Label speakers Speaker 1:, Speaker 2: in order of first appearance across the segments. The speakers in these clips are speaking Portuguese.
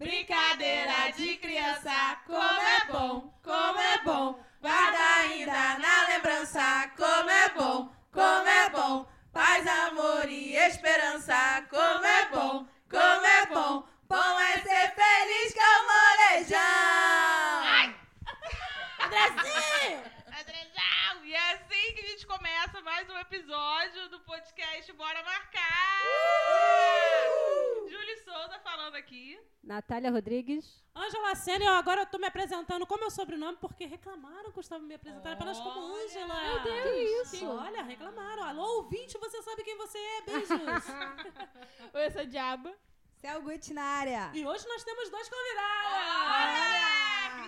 Speaker 1: é
Speaker 2: é é é
Speaker 1: assim um
Speaker 3: Natália Rodrigues.
Speaker 4: Ângela Senna, eu agora eu tô me apresentando com meu sobrenome, porque reclamaram que eu estava me apresentando apenas como
Speaker 5: Olha!
Speaker 4: Ângela.
Speaker 5: Meu Deus!
Speaker 3: Que isso?
Speaker 4: Sim, Olha, reclamaram. Alô, ouvinte, você sabe quem você é. Beijos.
Speaker 5: Oi, eu sou a Diaba.
Speaker 2: Céu Gucci na área.
Speaker 4: e hoje nós temos dois convidados.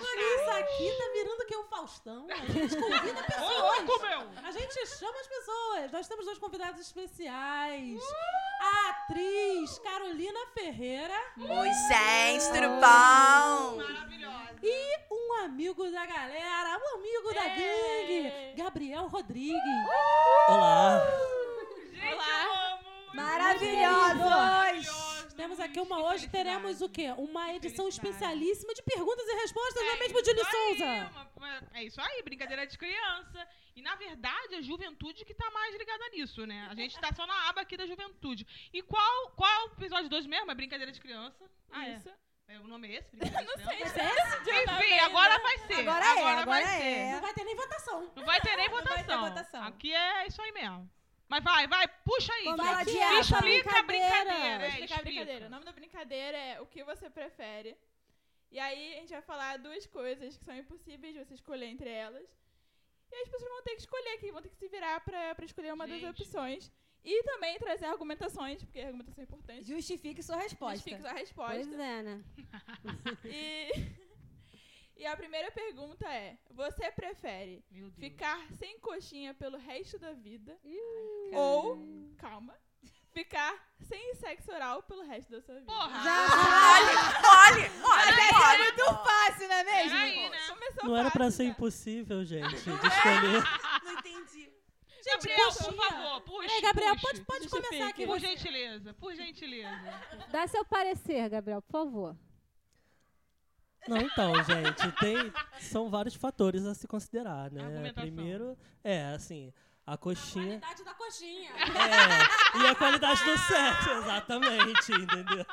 Speaker 4: Mano, isso aqui tá virando Ah, que é o Faustão. A gente convida
Speaker 1: Ô,
Speaker 4: pessoas.
Speaker 1: louco, meu!
Speaker 4: A gente chama as pessoas. Nós temos dois convidados especiais.
Speaker 5: Uh!
Speaker 4: A atriz Carolina Ferreira
Speaker 6: Oi, gente, tudo bom?
Speaker 1: Maravilhosa.
Speaker 4: e um amigo da galera, um amigo da
Speaker 5: Ei! Uh!
Speaker 4: gangue, Gabriel Rodrigues.
Speaker 7: Olá!
Speaker 1: Gente,
Speaker 5: Olá.
Speaker 1: eu amo.
Speaker 2: Maravilhosos.
Speaker 1: Maravilhosa.
Speaker 4: Temos aqui
Speaker 1: gente,
Speaker 4: uma
Speaker 1: que
Speaker 4: hoje,
Speaker 1: felicidade.
Speaker 4: teremos o quê? Uma edição
Speaker 1: Felicidade.
Speaker 4: especialíssima de perguntas e respostas, não é
Speaker 1: É
Speaker 4: mesmo, Júlio
Speaker 1: isso aí,
Speaker 4: Souza?
Speaker 1: uma- uma- É isso aí, brincadeira de criança. E na verdade, a juventude que tá mais ligada nisso, né? A gente tá só na aba aqui da juventude. E qual, qual é o episódio 2 mesmo? É brincadeira de criança. Ah, é.
Speaker 5: Isso.
Speaker 1: é. O nome é esse? Brincadeira de criança?
Speaker 5: Esse é
Speaker 4: Tá
Speaker 1: Enfim, agora vai ser.
Speaker 2: Agora é,
Speaker 1: vai
Speaker 2: agora
Speaker 1: ser.
Speaker 2: é.
Speaker 4: Não vai ter nem votação.
Speaker 1: Não vai ter nem
Speaker 5: Não
Speaker 1: votação.
Speaker 5: vai ter votação.
Speaker 1: Aqui é isso aí mesmo. Mas vai, vai, puxa aí.
Speaker 2: Vamos lá,
Speaker 1: Explica
Speaker 2: Diaba.
Speaker 1: a brincadeira.
Speaker 5: Vou
Speaker 1: é,
Speaker 5: explicar a
Speaker 1: explica.
Speaker 5: brincadeira. O nome da brincadeira é o que você prefere. E aí a gente vai falar duas coisas que são impossíveis de você escolher entre elas. E as pessoas vão ter que escolher, que vão ter que se virar pra, pra escolher uma das
Speaker 1: Gente.
Speaker 5: opções. E também trazer argumentações, porque a argumentação é importante.
Speaker 2: Justifique sua resposta.
Speaker 5: Justifica a resposta.
Speaker 3: Pois é, né?
Speaker 5: E, e a primeira pergunta é: você prefere
Speaker 1: Meu Deus.
Speaker 5: ficar sem coxinha pelo resto da vida? ou, calma, ficar sem sexo oral pelo resto da sua vida?
Speaker 1: Porra.
Speaker 6: Olha, olha,
Speaker 2: Essa é
Speaker 6: olha.
Speaker 2: muito fácil, não é mesmo?
Speaker 1: Peraí, né?
Speaker 5: Começou
Speaker 7: Não era pra
Speaker 5: fácil,
Speaker 7: ser
Speaker 5: já.
Speaker 7: impossível, gente, de escolher.
Speaker 6: Não entendi.
Speaker 1: Gabriel, por
Speaker 5: coxinha.
Speaker 1: favor, puxa.
Speaker 4: Ei, Gabriel,
Speaker 1: puxa.
Speaker 4: pode, pode começar aqui.
Speaker 1: Por
Speaker 4: Você.
Speaker 1: gentileza, por gentileza.
Speaker 3: Dá seu parecer, Gabriel, por favor.
Speaker 7: Não, então, gente, tem, são vários fatores a se considerar, né?
Speaker 1: Argumentação.
Speaker 7: Primeiro, é, assim, a
Speaker 1: é
Speaker 7: coxinha.
Speaker 4: Qualidade da coxinha.
Speaker 7: É, e a qualidade do sexo, exatamente, entendeu?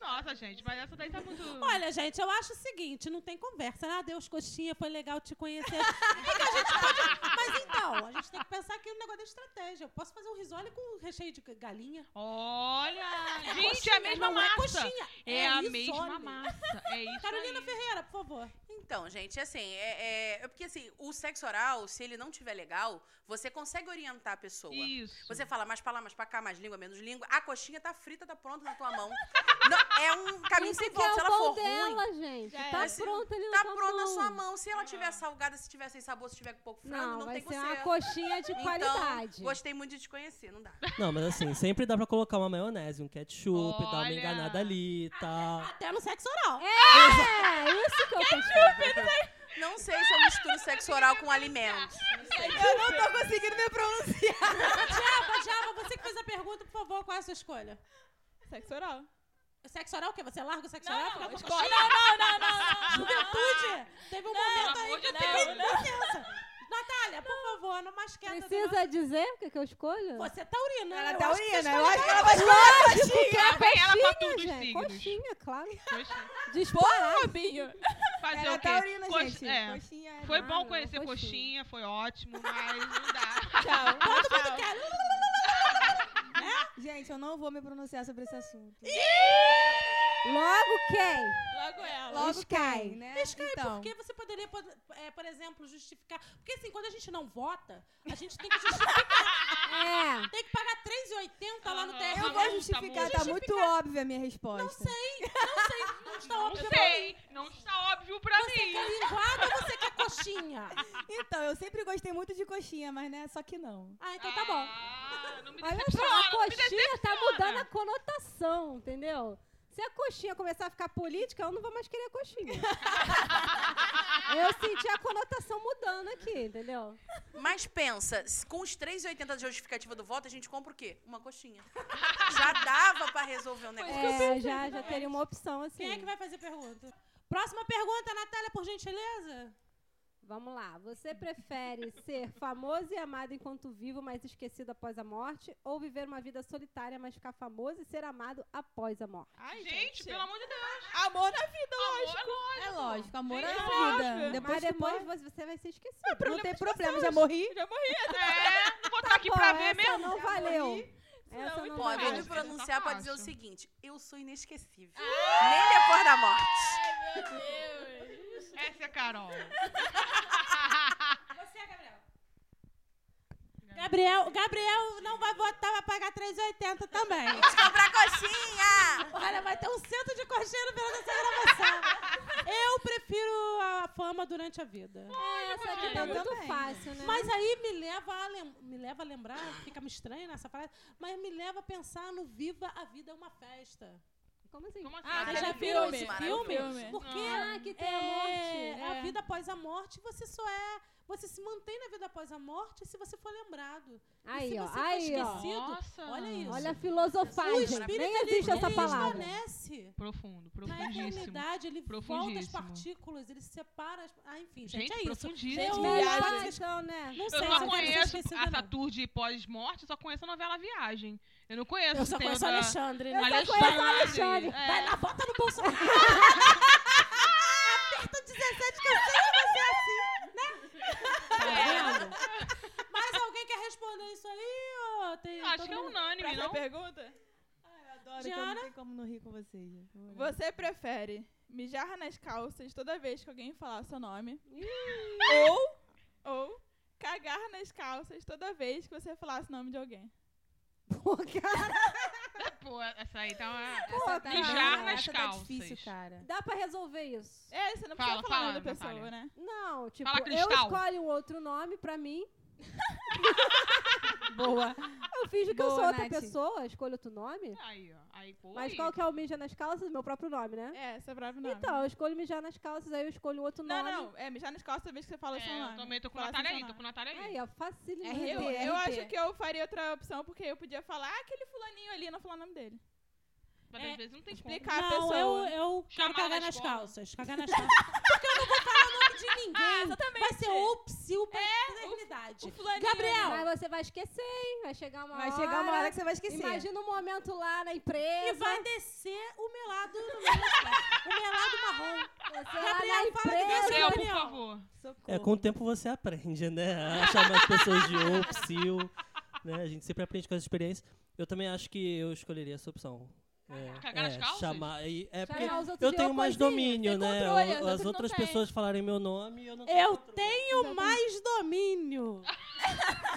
Speaker 1: Nossa, gente, mas essa daí tá muito.
Speaker 4: Olha, gente, eu acho o seguinte, não tem conversa. Ah, Deus, coxinha, foi legal te conhecer. É que a gente pode- Mas então, a gente tem que pensar que o negócio é estratégia. Eu posso fazer um risole com recheio de galinha.
Speaker 1: Olha, gente,
Speaker 4: Coxinha,
Speaker 1: é a mesma
Speaker 4: não É
Speaker 1: massa.
Speaker 4: coxinha,
Speaker 1: É, a
Speaker 4: risole.
Speaker 1: mesma massa. É isso
Speaker 4: Carolina
Speaker 1: aí.
Speaker 4: Ferreira, por favor.
Speaker 6: Então, gente, assim, é, é- é porque assim, o sexo oral, se ele não tiver legal, você consegue orientar a pessoa.
Speaker 1: Isso.
Speaker 6: Você fala mais pra lá, mais pra cá, mais língua, menos língua. A coxinha tá frita, tá pronta na tua mão. Não, é um caminho
Speaker 3: Isso
Speaker 6: sem
Speaker 3: que é
Speaker 6: volta. Se
Speaker 3: o
Speaker 6: ela for
Speaker 3: bom
Speaker 6: ruim,
Speaker 3: dela, gente.
Speaker 5: Já
Speaker 3: Tá
Speaker 6: é.
Speaker 3: pronta ali no
Speaker 6: tá
Speaker 3: balcão.
Speaker 6: pronta na sua mão. Se ela tiver salgada, se tiver sem sabor, se tiver com pouco frango,
Speaker 3: Ah. Não,
Speaker 6: não,
Speaker 3: vai
Speaker 6: tem
Speaker 3: ser
Speaker 6: conserto.
Speaker 3: uma coxinha de qualidade. É,
Speaker 6: Então, gostei muito de te conhecer, não dá.
Speaker 7: Não, mas assim, sempre dá pra colocar uma maionese, um ketchup, dar uma
Speaker 1: Olha.
Speaker 7: enganada ali e tal.
Speaker 4: Até no sexo oral.
Speaker 3: É, isso que eu pensei.
Speaker 6: Não sei se eu misturo sexo oral com alimento.
Speaker 2: Eu não tô conseguindo me pronunciar.
Speaker 4: É, Diaba, Diaba, você que fez a pergunta, por favor, qual é a sua escolha?
Speaker 5: Sexo oral.
Speaker 4: Sexo oral o quê? Você larga o sexo
Speaker 5: Não,
Speaker 4: oral?
Speaker 5: não,
Speaker 4: fica com
Speaker 5: escolhe.
Speaker 4: coxinha?
Speaker 5: Não, não, não, não, não.
Speaker 4: Juventude! Teve um momento
Speaker 1: Pelo
Speaker 4: aí
Speaker 1: amor
Speaker 4: que eu
Speaker 1: de
Speaker 4: fiquei
Speaker 1: Deus.
Speaker 4: intensa. Natália, por favor, não mais quieta.
Speaker 3: Precisa dizer o que, que eu escolho?
Speaker 4: Você tá urinando.
Speaker 2: Ela
Speaker 4: eu
Speaker 2: tá
Speaker 4: acho que você
Speaker 2: urina. Eu
Speaker 4: escolheu
Speaker 2: acho que ela vai escolher a
Speaker 3: Que
Speaker 2: coxinha.
Speaker 3: é
Speaker 1: Lá vem ela pra
Speaker 3: coxinha,
Speaker 1: tudo, os
Speaker 3: gente.
Speaker 1: signos.
Speaker 3: Coxinha, claro.
Speaker 1: Coxa-
Speaker 3: Disparado.
Speaker 5: Fabinho.
Speaker 1: Fazer
Speaker 2: Ela
Speaker 1: o quê?
Speaker 2: tá urina,
Speaker 1: Coxa-
Speaker 2: gente.
Speaker 1: é.
Speaker 2: Coxinha é
Speaker 1: Foi
Speaker 3: Ah,
Speaker 1: bom
Speaker 3: não,
Speaker 1: conhecer
Speaker 3: coxinha.
Speaker 1: coxinha. foi ótimo, mas não dá.
Speaker 5: Tchau. Todo mundo quer.
Speaker 2: Gente, eu não vou me pronunciar sobre esse assunto.
Speaker 3: Logo quem?
Speaker 5: Logo ela.
Speaker 3: Logo
Speaker 2: Sky,
Speaker 3: quem?
Speaker 2: né?
Speaker 4: Sky,
Speaker 2: então,
Speaker 4: Porque você poderia, por, é, por exemplo, justificar. Porque assim, quando a gente não vota, a gente tem que justificar.
Speaker 3: É.
Speaker 4: tem que pagar 3,80 lá no
Speaker 1: Aham.
Speaker 4: TRE.
Speaker 2: Eu
Speaker 1: Tá
Speaker 2: vou
Speaker 1: bom,
Speaker 2: justificar,
Speaker 1: tá
Speaker 2: tá
Speaker 1: bom.
Speaker 2: muito óbvia a minha resposta.
Speaker 4: Não sei, não sei. Não
Speaker 1: Não
Speaker 4: está óbvio.
Speaker 1: sei, não está óbvio pra
Speaker 4: Você
Speaker 1: mim.
Speaker 4: quer linguada ou você quer coxinha?
Speaker 2: Então, eu sempre gostei muito de coxinha, mas né, só que não.
Speaker 4: Ah, então tá bom.
Speaker 1: Ah, não me
Speaker 3: Olha só,
Speaker 1: decepciona, não me
Speaker 3: a coxinha tá
Speaker 1: decepciona.
Speaker 3: mudando a conotação, entendeu? Se a coxinha começar a ficar política, eu não vou mais querer a coxinha. eu senti a conotação mudando aqui, entendeu?
Speaker 6: Mas pensa, se com os 3,80 da justificativa do voto, a gente compra o quê? Uma coxinha. Já dava pra resolver o negócio.
Speaker 3: É, já, já teria uma opção assim.
Speaker 4: Quem é que vai fazer pergunta? Próxima pergunta, Natália, por gentileza.
Speaker 3: Vamos lá. Você prefere ser famoso e amado enquanto vivo, mas esquecido após a morte? Ou viver uma vida solitária, mas ficar famoso e ser amado após a morte?
Speaker 5: Ai,
Speaker 1: Gente, pelo amor de Deus.
Speaker 5: Amor na vida,
Speaker 1: Amor,
Speaker 5: lógico.
Speaker 2: É lógico, amor é
Speaker 5: Gente,
Speaker 2: vida.
Speaker 5: lógico.
Speaker 2: Depois
Speaker 3: mas
Speaker 2: que
Speaker 3: depois
Speaker 2: morre,
Speaker 3: você- você vai ser esquecido.
Speaker 2: não tem problema, já morri.
Speaker 5: Já morri.
Speaker 1: É, vou botar aqui
Speaker 3: Bom,
Speaker 1: pra ver
Speaker 3: essa
Speaker 1: mesmo.
Speaker 3: não valeu.
Speaker 2: morri.
Speaker 5: Se
Speaker 3: Essa
Speaker 5: não,
Speaker 3: eu não
Speaker 6: Pô, eu vou me
Speaker 3: acho.
Speaker 6: pronunciar pra dizer o
Speaker 1: Fácil.
Speaker 6: seguinte: eu sou inesquecível. Nem depois da morte.
Speaker 5: Ai, meu Deus.
Speaker 1: Essa é a Carol.
Speaker 4: Você, Gabriel. Gabriel, Gabriel não vai votar, vai pagar 3,80 também.
Speaker 6: Vamos comprar Tá, coxinha!
Speaker 4: Olha, vai ter um centro de cocheiro pela essa gravação. Eu prefiro a fama durante a vida.
Speaker 3: Essa aqui tá
Speaker 2: Eu
Speaker 3: muito
Speaker 2: também.
Speaker 3: fácil, né?
Speaker 4: Mas aí me leva a, lem- me leva a lembrar, fica me estranho nessa frase, mas me leva a pensar no Viva a Vida é uma Festa.
Speaker 3: Como assim?
Speaker 1: Como assim?
Speaker 5: Ah,
Speaker 4: Vocês já
Speaker 5: aquele
Speaker 4: viram
Speaker 6: filme,
Speaker 4: esse
Speaker 6: maravilhoso.
Speaker 4: filme?
Speaker 5: Filme.
Speaker 4: Porque
Speaker 3: Ah, que tem
Speaker 4: é,
Speaker 3: a morte.
Speaker 4: a vida após a morte, você só é. Você se mantém na vida após a morte se você for lembrado.
Speaker 3: Aí,
Speaker 4: se
Speaker 3: ó.
Speaker 4: você for
Speaker 3: Aí, ó.
Speaker 4: esquecido,
Speaker 1: Nossa.
Speaker 4: olha isso.
Speaker 3: Olha a
Speaker 4: o
Speaker 3: filosofagem.
Speaker 4: espírito
Speaker 3: Nem
Speaker 4: ele,
Speaker 3: existe essa
Speaker 4: ele
Speaker 3: palavra.
Speaker 4: Permanece.
Speaker 1: Profundo,
Speaker 4: Na
Speaker 1: profundíssimo.
Speaker 4: eternidade, ele volta as
Speaker 1: Profundíssimo.
Speaker 4: partículas, ele separa as. Ah, enfim, gente,
Speaker 1: Gente,
Speaker 4: é isso.
Speaker 1: profundíssimo.
Speaker 4: Eu-
Speaker 3: Melhor
Speaker 4: Viagem.
Speaker 3: então, né?
Speaker 4: Não sei
Speaker 1: Eu só
Speaker 4: se eu quero
Speaker 1: conheço
Speaker 4: ser esquecida,
Speaker 1: a
Speaker 4: não.
Speaker 1: tour de pós-morte, só conheço a novela Viagem. Eu não conheço.
Speaker 4: Eu só
Speaker 1: tem
Speaker 4: conheço o
Speaker 1: outra-
Speaker 4: Alexandre. né?
Speaker 1: Alexandre.
Speaker 3: conheço o Alexandre.
Speaker 1: É.
Speaker 4: Vai lá, bota no Bolsonaro. Aperta o 17 que eu sei que você é
Speaker 1: é.
Speaker 4: assim, né? Tá vendo? Mas alguém quer responder isso aí? Ou tem
Speaker 1: Eu Acho
Speaker 4: todo
Speaker 1: que é
Speaker 4: mundo-
Speaker 1: unânime,
Speaker 5: Próxima
Speaker 1: não?
Speaker 5: pergunta?
Speaker 2: Ai, eu adoro que eu
Speaker 4: Diana?
Speaker 2: não tenho como não rir com vocês. gente.
Speaker 5: Você prefere mijar nas calças toda vez que alguém falar o seu nome?
Speaker 3: Ih.
Speaker 5: ou, ou cagar nas calças toda vez que você falasse o nome de alguém?
Speaker 2: Pô, cara.
Speaker 1: Pô, essa aí tá uma...
Speaker 2: Pô,
Speaker 3: tá
Speaker 1: mijar
Speaker 2: cara,
Speaker 1: nas
Speaker 2: essa
Speaker 1: calças.
Speaker 2: Tá difícil, cara.
Speaker 3: Dá pra resolver isso.
Speaker 5: É, você não
Speaker 1: Fala,
Speaker 5: precisa falar o
Speaker 1: fala,
Speaker 5: nome da pessoa,
Speaker 1: Natália.
Speaker 5: né?
Speaker 3: Não, tipo,
Speaker 1: Fala,
Speaker 3: eu
Speaker 1: Cristal.
Speaker 3: escolho um outro nome pra mim.
Speaker 2: Boa.
Speaker 3: Eu finjo que eu
Speaker 2: Boa,
Speaker 3: sou outra
Speaker 2: Nath.
Speaker 3: pessoa, escolho outro nome.
Speaker 1: Aí, ó. Aí, pô,
Speaker 3: Mas
Speaker 1: aí.
Speaker 3: qual que é o mija nas calças? Meu próprio nome, né?
Speaker 5: É, seu próprio nome.
Speaker 3: Então, eu escolho mijar nas calças, aí eu escolho um outro
Speaker 5: não,
Speaker 3: nome.
Speaker 5: não, é mijar nas calças toda vez que você fala o seu
Speaker 1: É,
Speaker 5: nome.
Speaker 1: eu também tô com a
Speaker 5: Fala
Speaker 1: Natália
Speaker 5: seu
Speaker 1: aí, tô
Speaker 5: nome.
Speaker 1: com a Natália aí.
Speaker 3: Aí, ó, facilita.
Speaker 2: RP.
Speaker 5: Eu,
Speaker 2: RT.
Speaker 5: eu acho que eu faria outra opção, porque eu podia falar "Ah, aquele fulaninho ali e não falar o nome dele.
Speaker 1: Mas
Speaker 4: É,
Speaker 1: às vezes não tem como.
Speaker 5: explicar a
Speaker 4: Não,
Speaker 5: pessoa.
Speaker 4: eu, eu quero
Speaker 1: né? Chamar
Speaker 4: cagar
Speaker 1: na
Speaker 4: nas
Speaker 1: escola.
Speaker 4: calças. Cagar nas calças. Porque eu não vou falar o nome de ninguém.
Speaker 5: Ah, exatamente.
Speaker 4: Vai ser opsil pra
Speaker 5: O
Speaker 4: eternidade.
Speaker 5: fulaninho.
Speaker 4: Gabriel,
Speaker 3: Mas você vai esquecer, hein? Vai chegar uma
Speaker 2: Vai
Speaker 3: hora.
Speaker 2: chegar uma hora que você vai esquecer.
Speaker 3: Imagina um momento lá na
Speaker 4: e
Speaker 3: empresa.
Speaker 4: vai descer o melado no meu O melado marrom.
Speaker 3: Você lá na
Speaker 4: Gabriel, fala que
Speaker 3: empresa.
Speaker 1: Gabriel, por
Speaker 4: Gabriel.
Speaker 1: favor.
Speaker 2: Socorro.
Speaker 7: É, com o tempo você aprende, né? A chamar as pessoas de ou, psil, né? A gente sempre aprende com as experiências. Eu também acho que eu escolheria essa opção. É,
Speaker 1: Cagar nas
Speaker 7: é,
Speaker 1: calças?
Speaker 7: chamar. e- é porque
Speaker 3: Chamar os outros
Speaker 7: eu
Speaker 3: de
Speaker 7: tenho mais
Speaker 3: opozinho,
Speaker 7: domínio,
Speaker 3: tem
Speaker 7: né?
Speaker 3: controle,
Speaker 7: O-
Speaker 3: as
Speaker 7: as
Speaker 3: outras
Speaker 7: outras
Speaker 3: não têm.
Speaker 7: pessoas falarem meu nome, eu não tenho.
Speaker 4: Eu
Speaker 7: controle.
Speaker 4: tenho mais domínio.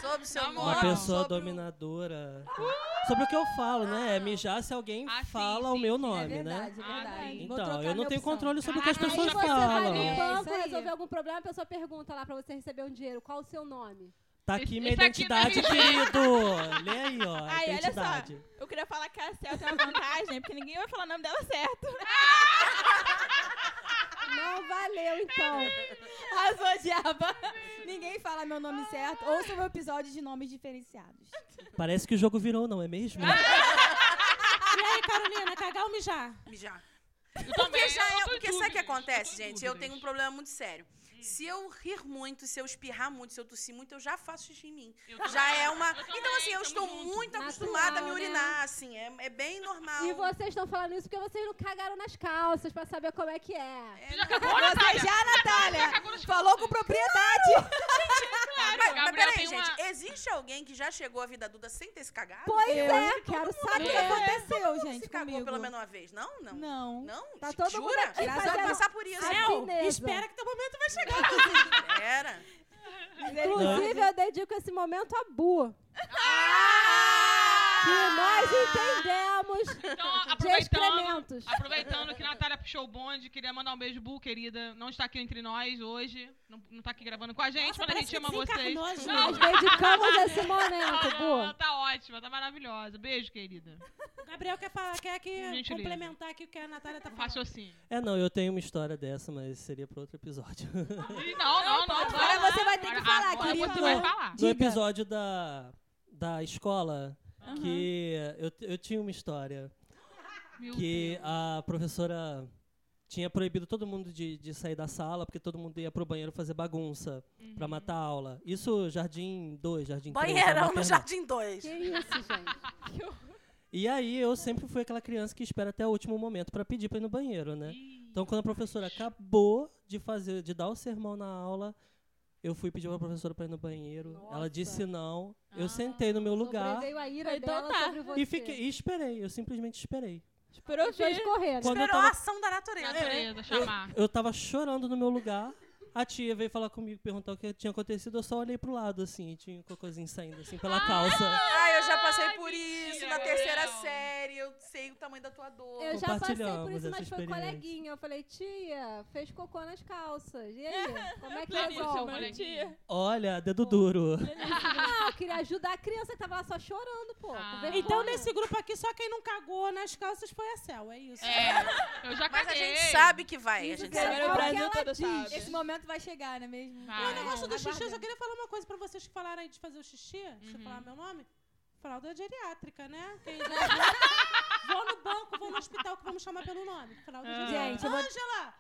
Speaker 6: Sobre o seu
Speaker 1: Uma
Speaker 6: nome.
Speaker 1: Ó,
Speaker 7: Uma pessoa
Speaker 6: sobre o-
Speaker 7: dominadora. Sobre o que eu falo, né? É mijar se alguém
Speaker 1: Ah, sim,
Speaker 7: fala o
Speaker 1: sim,
Speaker 7: meu
Speaker 1: sim.
Speaker 7: nome, né?
Speaker 2: É verdade, é
Speaker 1: Ah,
Speaker 2: verdade.
Speaker 1: sim.
Speaker 2: Vou
Speaker 7: Então,
Speaker 2: trocar
Speaker 7: eu não
Speaker 2: minha
Speaker 7: tenho
Speaker 2: opção.
Speaker 7: controle sobre o que as
Speaker 1: Caraca,
Speaker 7: pessoas
Speaker 3: Ah, Aí você vai
Speaker 7: falam.
Speaker 2: É,
Speaker 3: no
Speaker 2: isso
Speaker 3: banco
Speaker 2: aí.
Speaker 3: resolver algum problema, a pessoa pergunta lá pra você receber um dinheiro. Qual o seu nome?
Speaker 7: Tá aqui minha
Speaker 1: Isso aqui tá
Speaker 7: identidade, querido. Lê aí, ó. a
Speaker 5: Ai, olha só.
Speaker 7: identidade.
Speaker 5: Eu queria falar que a Cel tem uma vantagem, porque ninguém vai falar o nome dela certo.
Speaker 3: Não valeu, então.
Speaker 2: Arrasou, diaba. Ninguém fala meu nome certo. Ouça o meu episódio de nomes diferenciados.
Speaker 7: Parece que o jogo virou, não é mesmo?
Speaker 4: E aí, Carolina, cagar ou mijar?
Speaker 6: Mijar.
Speaker 1: Eu também,
Speaker 6: Porque, já
Speaker 1: eu
Speaker 6: é-
Speaker 1: tô em
Speaker 6: porque sabe o que
Speaker 1: dúvidas,
Speaker 6: acontece,
Speaker 1: tô em
Speaker 6: gente? Eu
Speaker 1: dúvidas.
Speaker 6: tenho um problema muito sério. Se eu rir muito, se eu espirrar muito, se eu tossir muito, eu já faço xixi em mim.
Speaker 1: Eu
Speaker 6: Já
Speaker 1: também,
Speaker 6: é uma.
Speaker 1: eu também,
Speaker 6: Então, assim, eu
Speaker 1: tamo
Speaker 6: estou
Speaker 1: junto.
Speaker 6: muito acostumada a me
Speaker 3: Natural, né?
Speaker 6: urinar, assim. É, é bem normal.
Speaker 3: E vocês estão falando isso porque vocês não cagaram nas calças pra saber como é que é.
Speaker 6: É,
Speaker 1: já
Speaker 6: não.
Speaker 1: acabou,
Speaker 2: Você
Speaker 1: Natália?
Speaker 2: já,
Speaker 1: acabou
Speaker 2: Natália,
Speaker 1: nas
Speaker 2: falou com propriedade.
Speaker 6: Mas,
Speaker 1: Claro,
Speaker 6: mas
Speaker 1: Gabriel
Speaker 6: peraí,
Speaker 1: tá, tem uma-
Speaker 6: gente. Existe alguém que já chegou à vida adulta sem ter se cagado?
Speaker 3: Pois
Speaker 2: Eu
Speaker 3: é, quero
Speaker 2: O que
Speaker 3: saber.
Speaker 2: aconteceu,
Speaker 6: Não se
Speaker 2: gente,
Speaker 6: cagou
Speaker 2: comigo?
Speaker 6: pelo menos uma vez, não? Não.
Speaker 2: Não.
Speaker 6: Não?
Speaker 3: Tá todo mundo
Speaker 6: Jura?
Speaker 3: aqui
Speaker 6: Nós vamos
Speaker 3: fazendo-
Speaker 6: passar por isso.
Speaker 3: Ai,
Speaker 4: Céu,
Speaker 3: fineza.
Speaker 4: espera que tá teu momento vai chegar.
Speaker 6: Era.
Speaker 3: Inclusive, eu dedico esse momento a Bu. Que nós entendemos
Speaker 1: Então,
Speaker 3: de
Speaker 1: aproveitando,
Speaker 3: excrementos.
Speaker 1: aproveitando que Natália puxou o bonde, queria mandar um beijo, Bu, querida. Não está aqui entre nós hoje, não, não tá aqui gravando com a gente,
Speaker 4: Nossa,
Speaker 1: mas a
Speaker 4: parece
Speaker 1: gente ama
Speaker 4: que
Speaker 1: vocês.
Speaker 4: desencarnou, gente.
Speaker 6: né?
Speaker 3: Nós dedicamos esse momento,
Speaker 1: Ah, ela
Speaker 3: Bu.
Speaker 1: tá ótima, tá maravilhosa. Beijo, querida.
Speaker 4: O Gabriel quer, falar, quer que
Speaker 1: Gente linda.
Speaker 4: complementar aqui o que a Natália tá
Speaker 1: Um
Speaker 4: falando.
Speaker 1: raciocínio.
Speaker 7: É, não, eu tenho uma história dessa, mas seria para outro episódio.
Speaker 1: Ih, Não, não, não.
Speaker 2: Agora você vai ter que falar,
Speaker 1: agora
Speaker 2: querido.
Speaker 1: Você vai falar.
Speaker 7: No
Speaker 2: Diga.
Speaker 7: episódio da, da escola, que eu, eu tinha uma história.
Speaker 1: Meu
Speaker 7: que
Speaker 1: Deus.
Speaker 7: a professora tinha proibido todo mundo de, de sair da sala, porque todo mundo ia pro banheiro fazer bagunça, pra matar a aula. Isso, jardim 2, jardim 3.
Speaker 6: Banheirão no Jardim 2.
Speaker 3: Que isso, gente.
Speaker 7: E aí eu sempre fui aquela criança que espera até o último momento pra pedir pra ir no banheiro, né? Então quando a professora acabou de fazer, de dar o sermão na aula, Eu fui pedir pra professora pra ir no banheiro.
Speaker 3: Nossa.
Speaker 7: Ela disse não. Eu
Speaker 8: Ah.
Speaker 7: sentei no meu lugar
Speaker 3: Sobreviveu a ira
Speaker 8: Então
Speaker 3: dela
Speaker 8: tá.
Speaker 3: sobre você.
Speaker 7: e fiquei e esperei. Eu simplesmente esperei.
Speaker 8: Esperou
Speaker 3: Deixou
Speaker 8: vir.
Speaker 3: escorrer, né?
Speaker 7: Quando eu
Speaker 6: Esperou a
Speaker 7: tava,
Speaker 6: ação da natureza.
Speaker 1: Natureza, chamar.
Speaker 7: eu tava chorando no meu lugar. A tia veio falar comigo, perguntar o que tinha acontecido. Eu só olhei pro lado, assim, e tinha um cocôzinho saindo, assim, pela calça.
Speaker 6: Ai, eu já passei por isso
Speaker 1: mentira,
Speaker 6: na terceira
Speaker 1: Gabriel.
Speaker 6: série. Eu sei o tamanho da tua dor.
Speaker 3: Eu já passei por
Speaker 7: Compartilhamos
Speaker 3: isso, mas
Speaker 7: essa
Speaker 3: foi
Speaker 7: experiência.
Speaker 3: coleguinha. Eu falei, tia, fez cocô nas calças. E aí? Como é que
Speaker 1: Clarice,
Speaker 6: um
Speaker 3: resolve?
Speaker 1: mano.
Speaker 8: Tia.
Speaker 7: Olha, dedo duro.
Speaker 3: Não, Ah, eu queria ajudar a criança que tava lá só chorando, pô. com
Speaker 1: Ah.
Speaker 3: vergonha.
Speaker 4: Então, nesse grupo aqui, só quem não cagou nas calças foi a Cel, é isso.
Speaker 1: É, eu já
Speaker 6: Mas a
Speaker 1: caguei.
Speaker 6: gente sabe que vai. A
Speaker 3: Isso
Speaker 6: gente
Speaker 3: que é
Speaker 6: sabe.
Speaker 3: o
Speaker 8: Agora o Brasil
Speaker 3: ela
Speaker 8: todo
Speaker 3: diz.
Speaker 8: sabe.
Speaker 2: Esse momento vai chegar, não é mesmo?
Speaker 1: Vai.
Speaker 4: Não, o negócio do
Speaker 2: Aguardando.
Speaker 4: xixi, eu só queria falar uma coisa pra vocês que falaram aí de fazer o xixi. Deixa eu
Speaker 1: Uhum.
Speaker 4: falar meu nome. Fralda geriátrica, né? Quem já vou no banco, vou no hospital, que vamos chamar pelo nome. Fralda
Speaker 1: Ah.
Speaker 4: geriátrica.
Speaker 2: Gente, eu vou-
Speaker 4: Ângela!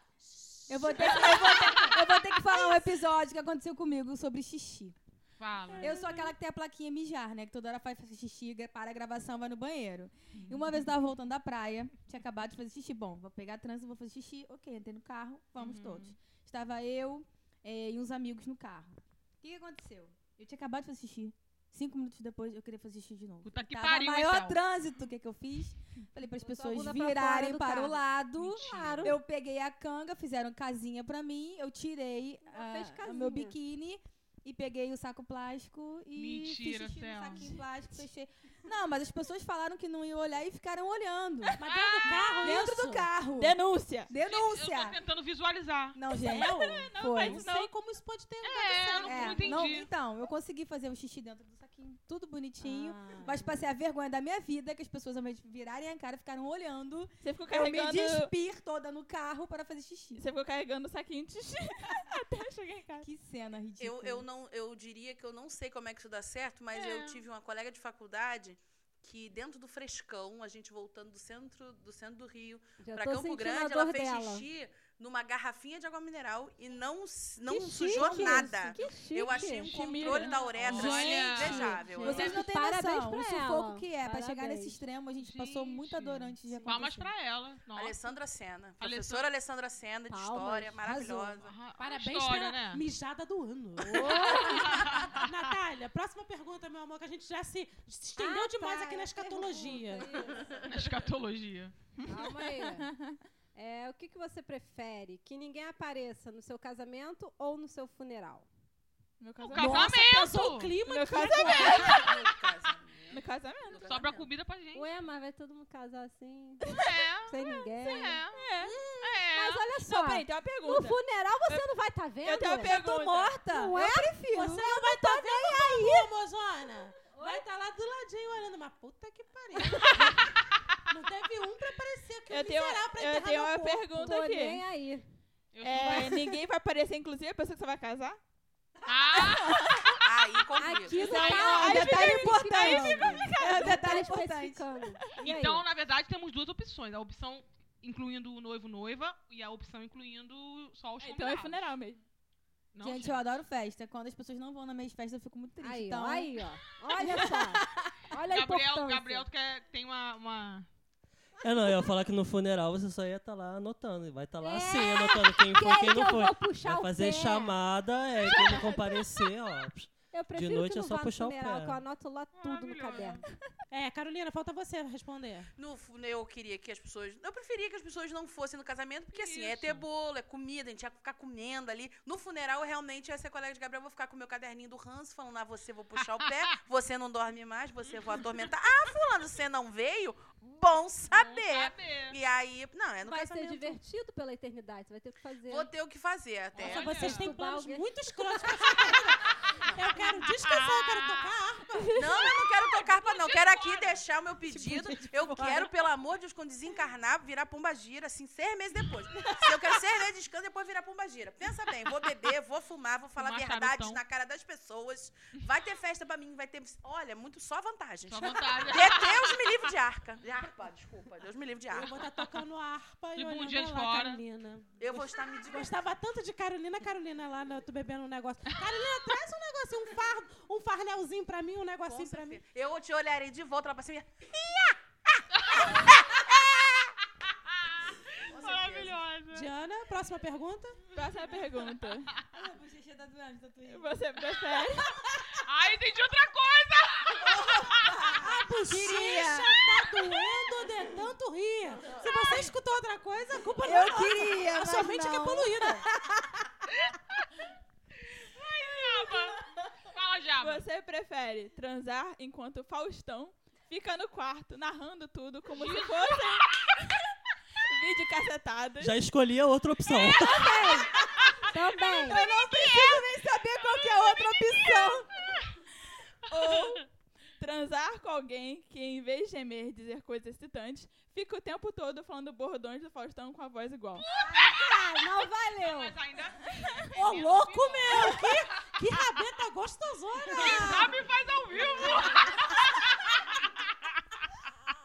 Speaker 2: Eu vou, ter que, eu, vou ter, eu vou ter que falar um episódio que aconteceu comigo sobre xixi.
Speaker 1: Fala.
Speaker 2: Eu sou aquela que tem a plaquinha mijar, né? Que toda hora faz xixi, gra- para a gravação, vai no banheiro. E uma vez eu tava voltando da praia, tinha acabado de fazer xixi. Bom, vou pegar trânsito, vou fazer xixi. Ok, entrei no carro, vamos todos. Estava eu eh, e uns amigos no carro. O que, que aconteceu? Eu tinha acabado de fazer xixi. Cinco minutos depois, eu queria fazer xixi de novo.
Speaker 1: Puta que
Speaker 2: Tava
Speaker 1: pariu,
Speaker 2: maior
Speaker 1: então.
Speaker 2: trânsito, o que, que eu fiz? Falei para as
Speaker 3: Botou a
Speaker 2: pessoas
Speaker 3: bunda pra fora
Speaker 2: virarem
Speaker 3: do
Speaker 2: para
Speaker 3: carro.
Speaker 2: o lado.
Speaker 1: Claro.
Speaker 2: Eu peguei a canga, fizeram casinha pra mim, eu tirei
Speaker 3: Ela
Speaker 2: a-
Speaker 3: fez
Speaker 2: o meu
Speaker 3: casinha.
Speaker 2: biquíni e peguei o saco plástico e
Speaker 1: Mentira,
Speaker 2: fiz xixi
Speaker 1: Thelma.
Speaker 2: no saquinho plástico, fechei. Não, mas as pessoas falaram que não iam olhar e ficaram olhando.
Speaker 4: Mas dentro do carro,
Speaker 2: dentro
Speaker 4: isso?
Speaker 2: do carro.
Speaker 8: Denúncia.
Speaker 1: Ah! Eu tô
Speaker 2: Denúncia.
Speaker 1: tentando visualizar.
Speaker 2: Não, gente.
Speaker 4: Eu?
Speaker 2: foi.
Speaker 4: Eu não sei como isso pode ter andado
Speaker 1: É,
Speaker 4: certo.
Speaker 1: eu não, não
Speaker 2: É,
Speaker 1: entendi.
Speaker 2: não- então, eu consegui fazer um xixi dentro do saquinho, tudo bonitinho. Mas passei a vergonha da minha vida, que as pessoas ao invés de virarem a cara ficaram olhando.
Speaker 8: Você ficou
Speaker 2: Eu me
Speaker 8: carregando.
Speaker 2: despir toda no carro para fazer xixi.
Speaker 5: é
Speaker 8: Você ficou carregando o saquinho de xixi até chegar em casa.
Speaker 2: Que cena ridícula.
Speaker 6: Eu, eu, não, eu diria que eu não sei como é que isso dá certo, mas
Speaker 1: É.
Speaker 6: eu tive uma colega de faculdade que dentro do frescão, a gente voltando do centro do, centro do Rio
Speaker 3: Já
Speaker 6: para
Speaker 3: tô
Speaker 6: Campo
Speaker 3: sentindo
Speaker 6: Grande,
Speaker 3: a dor
Speaker 6: ela fez
Speaker 3: dela.
Speaker 6: xixi numa garrafinha de água mineral e não, s- não
Speaker 3: Que
Speaker 6: sujou
Speaker 3: chique
Speaker 6: nada.
Speaker 3: isso, Que chique.
Speaker 6: Eu achei um
Speaker 8: Chique.
Speaker 6: controle da uretra
Speaker 1: Olha.
Speaker 6: assim, invejável.
Speaker 1: Gente.
Speaker 2: Vocês não têm
Speaker 3: Parabéns
Speaker 2: noção
Speaker 3: pra
Speaker 2: o sufoco
Speaker 3: ela.
Speaker 2: que é. Pra chegar
Speaker 3: Parabéns.
Speaker 2: nesse extremo, a gente passou muito
Speaker 1: Gente.
Speaker 2: adorante de
Speaker 1: Palmas
Speaker 2: acontecer.
Speaker 1: pra ela. Nossa.
Speaker 6: Alessandra Senna.
Speaker 1: Alessandra-
Speaker 6: Professora Alessandra Senna, de
Speaker 3: Palmas.
Speaker 6: história,
Speaker 2: Arrasou.
Speaker 6: maravilhosa.
Speaker 1: Arra-
Speaker 4: Parabéns
Speaker 1: história,
Speaker 4: pela
Speaker 1: né?
Speaker 4: mijada do ano. Natália, próxima pergunta, meu amor, que a gente já se, se estendeu
Speaker 3: Ah,
Speaker 4: demais
Speaker 3: tá,
Speaker 4: aqui na
Speaker 3: é
Speaker 4: escatologia.
Speaker 3: pergunta, isso.
Speaker 1: Na escatologia.
Speaker 3: Calma aí. É, o que, que você prefere? Que ninguém apareça no seu casamento ou no seu funeral?
Speaker 8: Meu
Speaker 1: O
Speaker 8: casamento.
Speaker 4: Nossa, passou o
Speaker 1: casamento!
Speaker 4: clima
Speaker 8: Meu
Speaker 4: aqui.
Speaker 8: casamento.
Speaker 6: No casamento.
Speaker 8: Meu casamento.
Speaker 6: No
Speaker 1: Sobra
Speaker 6: casamento.
Speaker 1: comida pra gente.
Speaker 3: Ué, mas vai todo mundo casar assim,
Speaker 1: É,
Speaker 3: sem ninguém?
Speaker 1: é. É.
Speaker 3: Mas olha só,
Speaker 8: Não, peraí, tem uma
Speaker 3: no
Speaker 8: pergunta.
Speaker 3: funeral você não vai estar tá vendo?
Speaker 8: Eu tenho uma pergunta.
Speaker 2: Tô morta?
Speaker 3: Não é?
Speaker 2: Eu prefiro.
Speaker 4: Você não vai estar tá vendo o mozona. Vai estar lá do ladinho olhando, mas puta que pariu. não teve um pra aparecer aqui.
Speaker 8: Eu tenho,
Speaker 4: miserável
Speaker 3: tá
Speaker 4: pra
Speaker 8: eu
Speaker 4: enterrar
Speaker 8: tenho
Speaker 4: meu
Speaker 8: uma
Speaker 4: corpo.
Speaker 8: pergunta
Speaker 3: Tô
Speaker 8: aqui.
Speaker 3: nem é aí.
Speaker 1: Eu sou-
Speaker 8: É, ninguém vai aparecer, inclusive, a pessoa que você vai casar?
Speaker 1: Ah,
Speaker 6: Aí convido.
Speaker 3: Aqui não
Speaker 8: Aí-
Speaker 3: tá.
Speaker 8: aí
Speaker 3: é um detalhe
Speaker 8: fica
Speaker 3: importante.
Speaker 2: É um
Speaker 3: Tá
Speaker 2: detalhe importante.
Speaker 3: especificando. E aí?
Speaker 1: então, na verdade, temos duas opções. A opção incluindo o noivo noiva e a opção incluindo só os
Speaker 8: Então é
Speaker 1: convidados.
Speaker 8: funeral mesmo.
Speaker 1: Não,
Speaker 2: Gente, eu adoro festa. Quando as pessoas não vão nas minhas festas, eu fico muito triste.
Speaker 3: Aí,
Speaker 2: então,
Speaker 3: ó, aí, ó. Olha só. Olha a
Speaker 1: Gabriel,
Speaker 3: importância.
Speaker 1: Gabriel tu quer, tem uma, uma-
Speaker 7: É, não, eu ia falar que no funeral você só ia estar lá anotando. E vai estar lá
Speaker 3: É.
Speaker 7: assim, anotando quem foi e
Speaker 3: aí
Speaker 7: quem não
Speaker 3: que eu
Speaker 7: foi.
Speaker 3: vou puxar
Speaker 7: vai
Speaker 3: o
Speaker 7: fazer
Speaker 3: pé.
Speaker 7: chamada, é, quem não comparecer, ó.
Speaker 3: Eu prefiro
Speaker 7: noite
Speaker 3: que
Speaker 7: é
Speaker 3: não
Speaker 7: só
Speaker 3: vá no
Speaker 7: puxar o
Speaker 3: funeral,
Speaker 7: pé.
Speaker 3: que eu anoto lá tudo no
Speaker 1: Maravilhoso.
Speaker 3: caderno.
Speaker 4: É, Carolina, falta você responder.
Speaker 6: No fu- né, eu queria que as pessoas. Eu preferia que as pessoas não fossem no casamento, porque assim, é
Speaker 1: Isso.
Speaker 6: ter bolo, é comida, a gente ia ficar comendo ali. No funeral, eu realmente ia ser colega de Gabriel, vou ficar com o meu caderninho do Hans, falando, ah, você vou puxar o pé, você não dorme mais, você vou atormentar. Ah, fulano, você não veio? Bom
Speaker 1: tá
Speaker 6: saber.
Speaker 1: saber.
Speaker 6: E aí, não, é no
Speaker 3: vai ser
Speaker 6: casamento.
Speaker 3: divertido pela eternidade, você vai ter que fazer.
Speaker 6: Vou ter o que fazer até.
Speaker 4: Nossa,
Speaker 1: Olha.
Speaker 4: vocês têm
Speaker 3: Estudar
Speaker 4: planos
Speaker 3: alguém.
Speaker 4: muito escrotos pra essa vida. Eu quero descansar, eu quero tocar harpa.
Speaker 6: Não, eu não quero tocar pra não. Quero aqui deixar o meu
Speaker 1: Tipo,
Speaker 6: pedido. Eu quero, pelo amor de Deus, quando desencarnar, virar pomba gira, assim, seis meses depois. Se eu quero seis meses de descanso, depois virar pomba gira. Pensa bem, vou beber, vou fumar, vou falar
Speaker 1: Fumar
Speaker 6: verdades
Speaker 1: charutão.
Speaker 6: na cara das pessoas. Vai ter festa pra mim, vai ter. Olha, muito só vantagens.
Speaker 1: Só vantagem.
Speaker 6: De Deus me livre de arca. De harpa, desculpa. Deus me livre de
Speaker 4: Eu
Speaker 6: harpa.
Speaker 4: vou estar tocando harpa e
Speaker 1: De
Speaker 4: olhando
Speaker 1: bundinha de
Speaker 4: lá,
Speaker 1: fora.
Speaker 4: Carolina.
Speaker 6: Eu vou estar me divertindo.
Speaker 1: tá
Speaker 4: Gostava tanto de Carolina, Carolina lá, né, eu tô bebendo um negócio. Carolina, traz um negocinho, um fardo, um farnelzinho pra mim, um
Speaker 6: com
Speaker 1: assim
Speaker 4: negocinho pra mim.
Speaker 6: certeza. Eu te olharei de volta lá pra cima. e-
Speaker 1: Maravilhosa.
Speaker 4: Diana, próxima pergunta.
Speaker 3: Ah,
Speaker 8: Próxima pergunta.
Speaker 2: clichê
Speaker 3: tá
Speaker 2: da Duane, da Twitch.
Speaker 5: Você prefere.
Speaker 1: Ah, entendi outra coisa.
Speaker 4: A bochecha tá doendo de tanto rir. Se você escutou outra coisa, a culpa não é
Speaker 2: Eu
Speaker 4: nossa.
Speaker 2: queria,
Speaker 4: A sua
Speaker 2: mas
Speaker 4: mente é que é
Speaker 2: não.
Speaker 4: poluída.
Speaker 1: Jaba. Fala, Jaba.
Speaker 5: Você prefere transar enquanto Faustão fica no quarto narrando tudo como se fossem vídeo cacetadas?
Speaker 7: Já escolhi a outra opção.
Speaker 3: Também.
Speaker 8: Saber qual que é a outra opção.
Speaker 5: Ou transar com alguém que, em vez de gemer e dizer coisas excitantes, fica o tempo todo falando bordões do Faustão com a voz igual.
Speaker 3: Ah, não valeu.
Speaker 1: Mas ainda assim,
Speaker 4: Ô, louco meu, que, que rabeta gostosona.
Speaker 1: sabe faz ao vivo.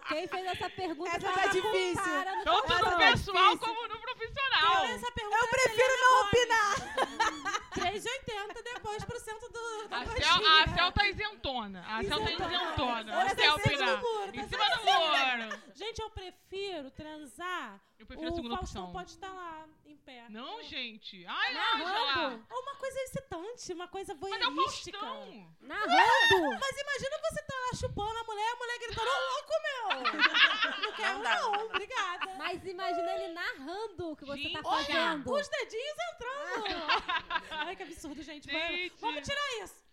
Speaker 3: Quem fez essa pergunta
Speaker 8: Essa
Speaker 3: já
Speaker 8: tá
Speaker 3: tá
Speaker 8: difícil.
Speaker 3: Cara no
Speaker 1: Tanto no
Speaker 3: coração.
Speaker 1: pessoal como no profissional.
Speaker 4: Essa pergunta
Speaker 5: é
Speaker 4: eu prefiro não opinar. tá, 3,80 depois pro centro do, da
Speaker 1: A Cel,
Speaker 4: coxinha.
Speaker 1: a Cel tá isentona. A Cel tá isentona.
Speaker 4: Ela
Speaker 1: A
Speaker 4: tá
Speaker 1: Cel
Speaker 4: em cima
Speaker 1: pirá.
Speaker 4: do muro,
Speaker 1: Em
Speaker 4: tá
Speaker 1: cima do muro.
Speaker 4: Gente, eu prefiro transar.
Speaker 1: Eu prefiro a
Speaker 4: o
Speaker 1: segunda
Speaker 4: Faustão
Speaker 1: opção.
Speaker 4: pode estar lá, em pé.
Speaker 1: Não, gente. Ai, Ângela.
Speaker 3: Narrando.
Speaker 4: Ou uma coisa excitante, uma coisa
Speaker 1: Mas é o
Speaker 4: voyeurística.
Speaker 1: Faustão.
Speaker 3: Narrando.
Speaker 4: Mas imagina você tá lá chupando a mulher, a mulher gritando, ô louco, meu! Não quero
Speaker 6: Não
Speaker 4: não,
Speaker 6: dá.
Speaker 4: obrigada.
Speaker 3: Mas imagina ele narrando o que você tá
Speaker 1: Gente,
Speaker 3: fazendo.
Speaker 4: Os dedinhos entrando. Ai, que absurdo, gente.
Speaker 1: Gente.
Speaker 4: Tipo, Vamos, vamos tirar isso.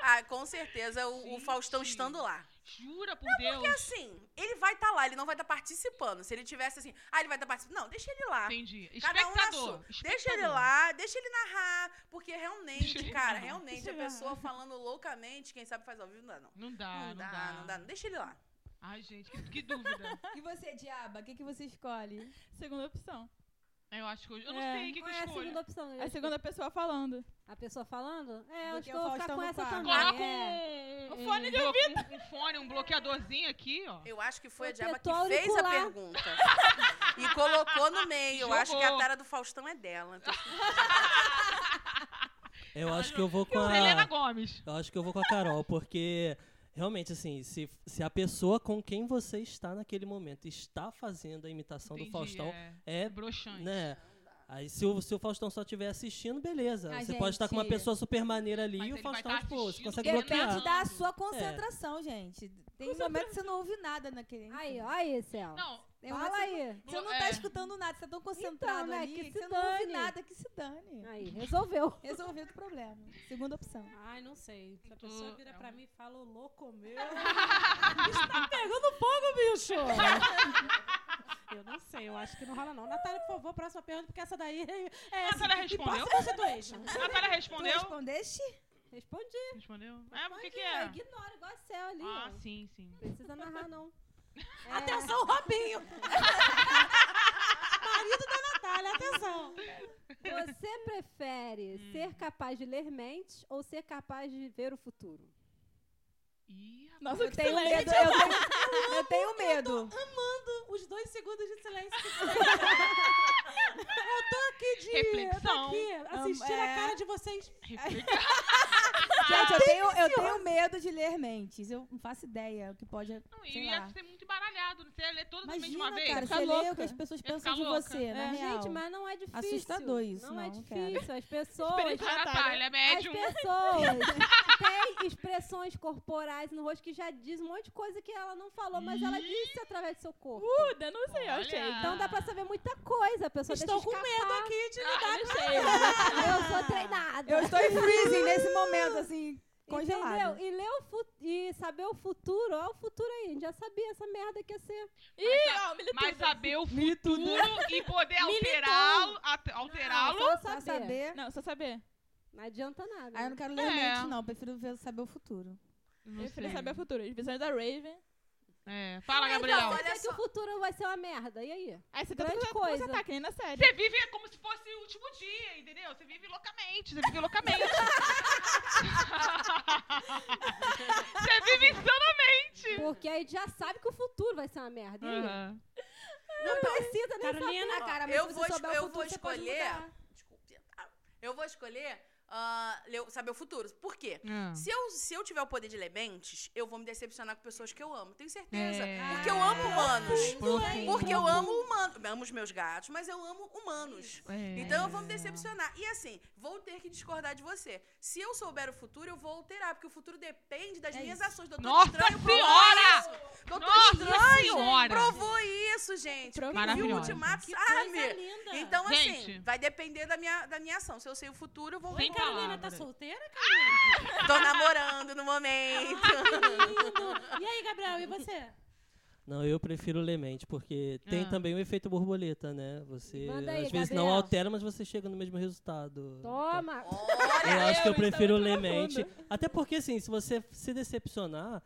Speaker 6: Ah, com certeza, o, o
Speaker 1: Gente.
Speaker 6: Faustão estando lá.
Speaker 1: Jura por Deus.
Speaker 6: Porque assim, ele vai estar lá, ele não vai estar participando. Se ele tivesse assim, ah, ele vai estar participando. Não, deixa ele lá.
Speaker 1: Entendi.
Speaker 6: Cada um na
Speaker 1: Espectador.
Speaker 6: sua. Deixa ele
Speaker 1: espectador.
Speaker 6: lá, deixa ele narrar. Porque realmente,
Speaker 1: Deixa ele
Speaker 6: cara,
Speaker 1: narrar.
Speaker 6: realmente, a pessoa falando loucamente, quem sabe faz ao vivo, não dá, não.
Speaker 1: Não dá, Ah, não, dá,
Speaker 6: não dá, não. Deixa ele lá.
Speaker 1: Ai, gente, que, que dúvida.
Speaker 2: E você, Diaba, o que, que você escolhe?
Speaker 5: Segunda opção.
Speaker 1: Eu acho que eu, eu não
Speaker 5: É.
Speaker 1: sei o que, que
Speaker 3: Qual
Speaker 1: eu
Speaker 3: é a
Speaker 1: escolho.
Speaker 3: segunda opção?
Speaker 5: A segunda pessoa falando.
Speaker 3: A pessoa falando? É,
Speaker 2: Do
Speaker 3: acho
Speaker 2: que
Speaker 3: que
Speaker 2: o
Speaker 3: eu vou ficar
Speaker 2: Faustão
Speaker 3: com
Speaker 2: no
Speaker 3: essa
Speaker 2: quarto.
Speaker 3: também.
Speaker 1: Coloca
Speaker 3: é.
Speaker 1: um,
Speaker 5: O fone de
Speaker 1: um ouvido. Um, fone, um bloqueadorzinho aqui, ó.
Speaker 6: Eu acho que foi a
Speaker 3: O
Speaker 6: Diaba que
Speaker 3: teto
Speaker 6: fez a
Speaker 3: auricular.
Speaker 6: pergunta. e colocou no meio. Eu acho que a
Speaker 1: Jogou.
Speaker 6: tara do Faustão é dela. Então,
Speaker 7: Eu acho que eu vou com
Speaker 1: Helena
Speaker 7: a.
Speaker 1: Gomes.
Speaker 7: Eu acho que eu vou com a Carol, porque realmente, assim, se, se a pessoa com quem você está naquele momento está fazendo a imitação
Speaker 1: Entendi,
Speaker 7: do Faustão,
Speaker 1: É,
Speaker 7: é,
Speaker 1: é broxante.
Speaker 7: né? Aí se o, se o Faustão só estiver assistindo, beleza.
Speaker 2: Ah,
Speaker 7: você pode estar com uma
Speaker 2: gente.
Speaker 7: pessoa super maneira ali
Speaker 1: Mas
Speaker 7: e o
Speaker 1: ele vai
Speaker 7: Faustão,
Speaker 1: estar
Speaker 7: tipo, você
Speaker 1: assistindo,
Speaker 7: consegue
Speaker 1: querendo
Speaker 7: bloquear.
Speaker 2: Depende
Speaker 1: Bloqueado.
Speaker 2: da sua concentração, gente. Tem momentos que você não ouve nada naquele.
Speaker 3: Aí, ó aí, Céu.
Speaker 1: Não,
Speaker 2: Tem
Speaker 3: Fala
Speaker 2: momentos que
Speaker 3: aí.
Speaker 2: Você não
Speaker 1: É.
Speaker 2: tá escutando nada, você tá tão concentrado
Speaker 3: Então, né,
Speaker 2: ali
Speaker 3: que
Speaker 2: que,
Speaker 3: se
Speaker 2: você não ouve
Speaker 3: dane.
Speaker 2: nada, que se dane.
Speaker 3: Aí, resolveu.
Speaker 2: Resolvido o problema. Segunda opção.
Speaker 4: Ai, não sei. Se a
Speaker 1: Tô-
Speaker 4: pessoa vira
Speaker 1: é
Speaker 4: pra
Speaker 1: um-
Speaker 4: mim e fala, ô louco meu. Está pegando fogo, bicho. Eu não sei, eu acho que não rola não. Natália, por favor, próxima pergunta, porque essa daí é essa.
Speaker 1: Natália
Speaker 4: E passa
Speaker 1: respondeu?
Speaker 4: pra situation.
Speaker 1: Natália
Speaker 2: Tu
Speaker 1: respondeu?
Speaker 2: respondeste?
Speaker 3: Respondi.
Speaker 1: Respondeu? É, porque que
Speaker 3: É.
Speaker 1: é?
Speaker 3: Ignora, igual a Céu ali.
Speaker 1: Ah,
Speaker 3: ó.
Speaker 1: sim, sim.
Speaker 3: Precisa narrar, não. É,
Speaker 4: Atenção, Robinho. Marido da Natália, atenção.
Speaker 3: Você prefere ser capaz de ler mentes ou ser capaz de ver o futuro?
Speaker 1: Ih, rapaz.
Speaker 8: Nossa,
Speaker 2: Eu
Speaker 8: que
Speaker 2: tenho
Speaker 8: silêncio.
Speaker 2: medo, eu tenho, eu tenho medo.
Speaker 4: Amando os dois segundos de silêncio. que ficaram. Eu tô aqui de. Eu tô
Speaker 1: Reflexão.
Speaker 4: aqui assistindo
Speaker 2: é.
Speaker 4: a cara de vocês.
Speaker 1: Reflexão.
Speaker 2: Gente, eu tenho, eu tenho medo de ler mentes. Eu não faço ideia o que pode.
Speaker 1: Não,
Speaker 2: sei
Speaker 1: e ia
Speaker 2: lá.
Speaker 1: ser muito embaralhado. né? Você ia ler todas as vezes de uma vez.
Speaker 2: Imagina, cara,
Speaker 1: Fica
Speaker 2: você lê
Speaker 1: louca.
Speaker 2: o que as pessoas
Speaker 1: ficar
Speaker 2: pensam de
Speaker 1: louca.
Speaker 2: você, na real.
Speaker 3: Gente, mas não é difícil.
Speaker 2: Assustador isso,
Speaker 3: Não,
Speaker 2: não,
Speaker 3: é
Speaker 2: não quero.
Speaker 3: difícil. As pessoas.
Speaker 1: Experiência Natália, é
Speaker 3: As
Speaker 1: médium.
Speaker 3: pessoas têm expressões corporais no rosto que já diz um monte de coisa que ela não falou, mas ela disse através do seu corpo.
Speaker 5: Uh, denunciei, eu achei.
Speaker 1: Olha.
Speaker 3: Então dá pra saber muita coisa. A pessoa
Speaker 4: Estou
Speaker 3: deixa
Speaker 4: com medo aqui de
Speaker 3: Ah,
Speaker 4: lidar com
Speaker 3: escapar. Eu sou treinada.
Speaker 2: Eu estou em freezing nesse momento, assim, congelado.
Speaker 3: Entendeu? E, ler o fu- e saber o futuro, ó o futuro aí. A gente já sabia essa merda que ia ser.
Speaker 5: Ih, ó, militante.
Speaker 1: Mas saber o futuro e poder alterá-lo, at- alterá-lo.
Speaker 3: Só
Speaker 2: Só
Speaker 3: saber.
Speaker 2: saber.
Speaker 5: Não, só saber.
Speaker 3: Não adianta nada.
Speaker 2: Ah, eu não quero ler
Speaker 1: É.
Speaker 2: mentes, não. Prefiro ver- saber o futuro.
Speaker 1: Não
Speaker 5: Eu prefiro
Speaker 1: sei.
Speaker 5: saber o futuro. As visões da Raven.
Speaker 1: É, Fala,
Speaker 3: Mas
Speaker 1: Gabriel.
Speaker 3: você
Speaker 6: Olha
Speaker 3: quer que
Speaker 6: só.
Speaker 3: o futuro vai ser uma merda. E aí?
Speaker 5: Aí
Speaker 8: tá
Speaker 5: você tenta
Speaker 3: Grande
Speaker 5: consertar- consertar,
Speaker 3: coisa.
Speaker 5: que nem na série.
Speaker 1: Você vive como se fosse o último dia, entendeu? Você vive loucamente, você vive loucamente. você vive insanamente.
Speaker 3: Porque aí já sabe que o futuro vai ser uma merda. E aí?
Speaker 1: Aham.
Speaker 3: Não precisa nem
Speaker 4: Carolina,
Speaker 3: saber.
Speaker 2: cara,
Speaker 6: mas eu se você vou souber o esco- eu futuro, vou você pode escolher- mudar. Desculpe. Ah, Eu vou escolher ah, ler- saber o futuro. Por quê? Se eu, se eu tiver o poder de ler mentes, eu vou me decepcionar com pessoas que eu amo, tenho certeza.
Speaker 1: É.
Speaker 6: Porque eu amo humanos.
Speaker 1: Profundo.
Speaker 4: Tá
Speaker 6: Porque eu amo humanos. amo os meus gatos, mas eu amo humanos.
Speaker 9: É.
Speaker 6: Então eu vou me decepcionar. E assim, vou ter que discordar de você. Se eu souber o futuro, eu vou alterar, porque o futuro depende
Speaker 4: É
Speaker 6: das minhas ações. Doutor
Speaker 1: Nossa
Speaker 6: Estranho provou
Speaker 1: Senhora!
Speaker 6: isso. Doutor
Speaker 1: Nossa
Speaker 6: Estranho
Speaker 1: Senhora!
Speaker 6: provou isso, gente. Quem viu o
Speaker 1: Maravilhosa.
Speaker 6: ultimato
Speaker 4: Que coisa
Speaker 6: sabe.
Speaker 4: linda.
Speaker 6: Então, assim,
Speaker 1: Gente.
Speaker 6: vai depender da minha, da minha ação. Se eu sei o futuro, eu vou.
Speaker 1: Sem
Speaker 4: Carolina tá
Speaker 1: palavras.
Speaker 4: solteira, Carolina?
Speaker 6: Tô namorando no momento.
Speaker 4: E aí, Gabriel, e você?
Speaker 7: Não, eu prefiro ler mente, porque tem
Speaker 1: Ah.
Speaker 7: também o efeito borboleta, né? Você
Speaker 3: Manda aí,
Speaker 7: às vezes não
Speaker 3: Gabriel.
Speaker 7: altera, mas você chega no mesmo resultado.
Speaker 2: Tá.
Speaker 3: Toma!
Speaker 7: Então, eu acho que eu
Speaker 5: eu
Speaker 7: prefiro
Speaker 3: tá
Speaker 5: estava
Speaker 7: ler
Speaker 5: travando.
Speaker 7: mente. Até porque, assim, se você se decepcionar,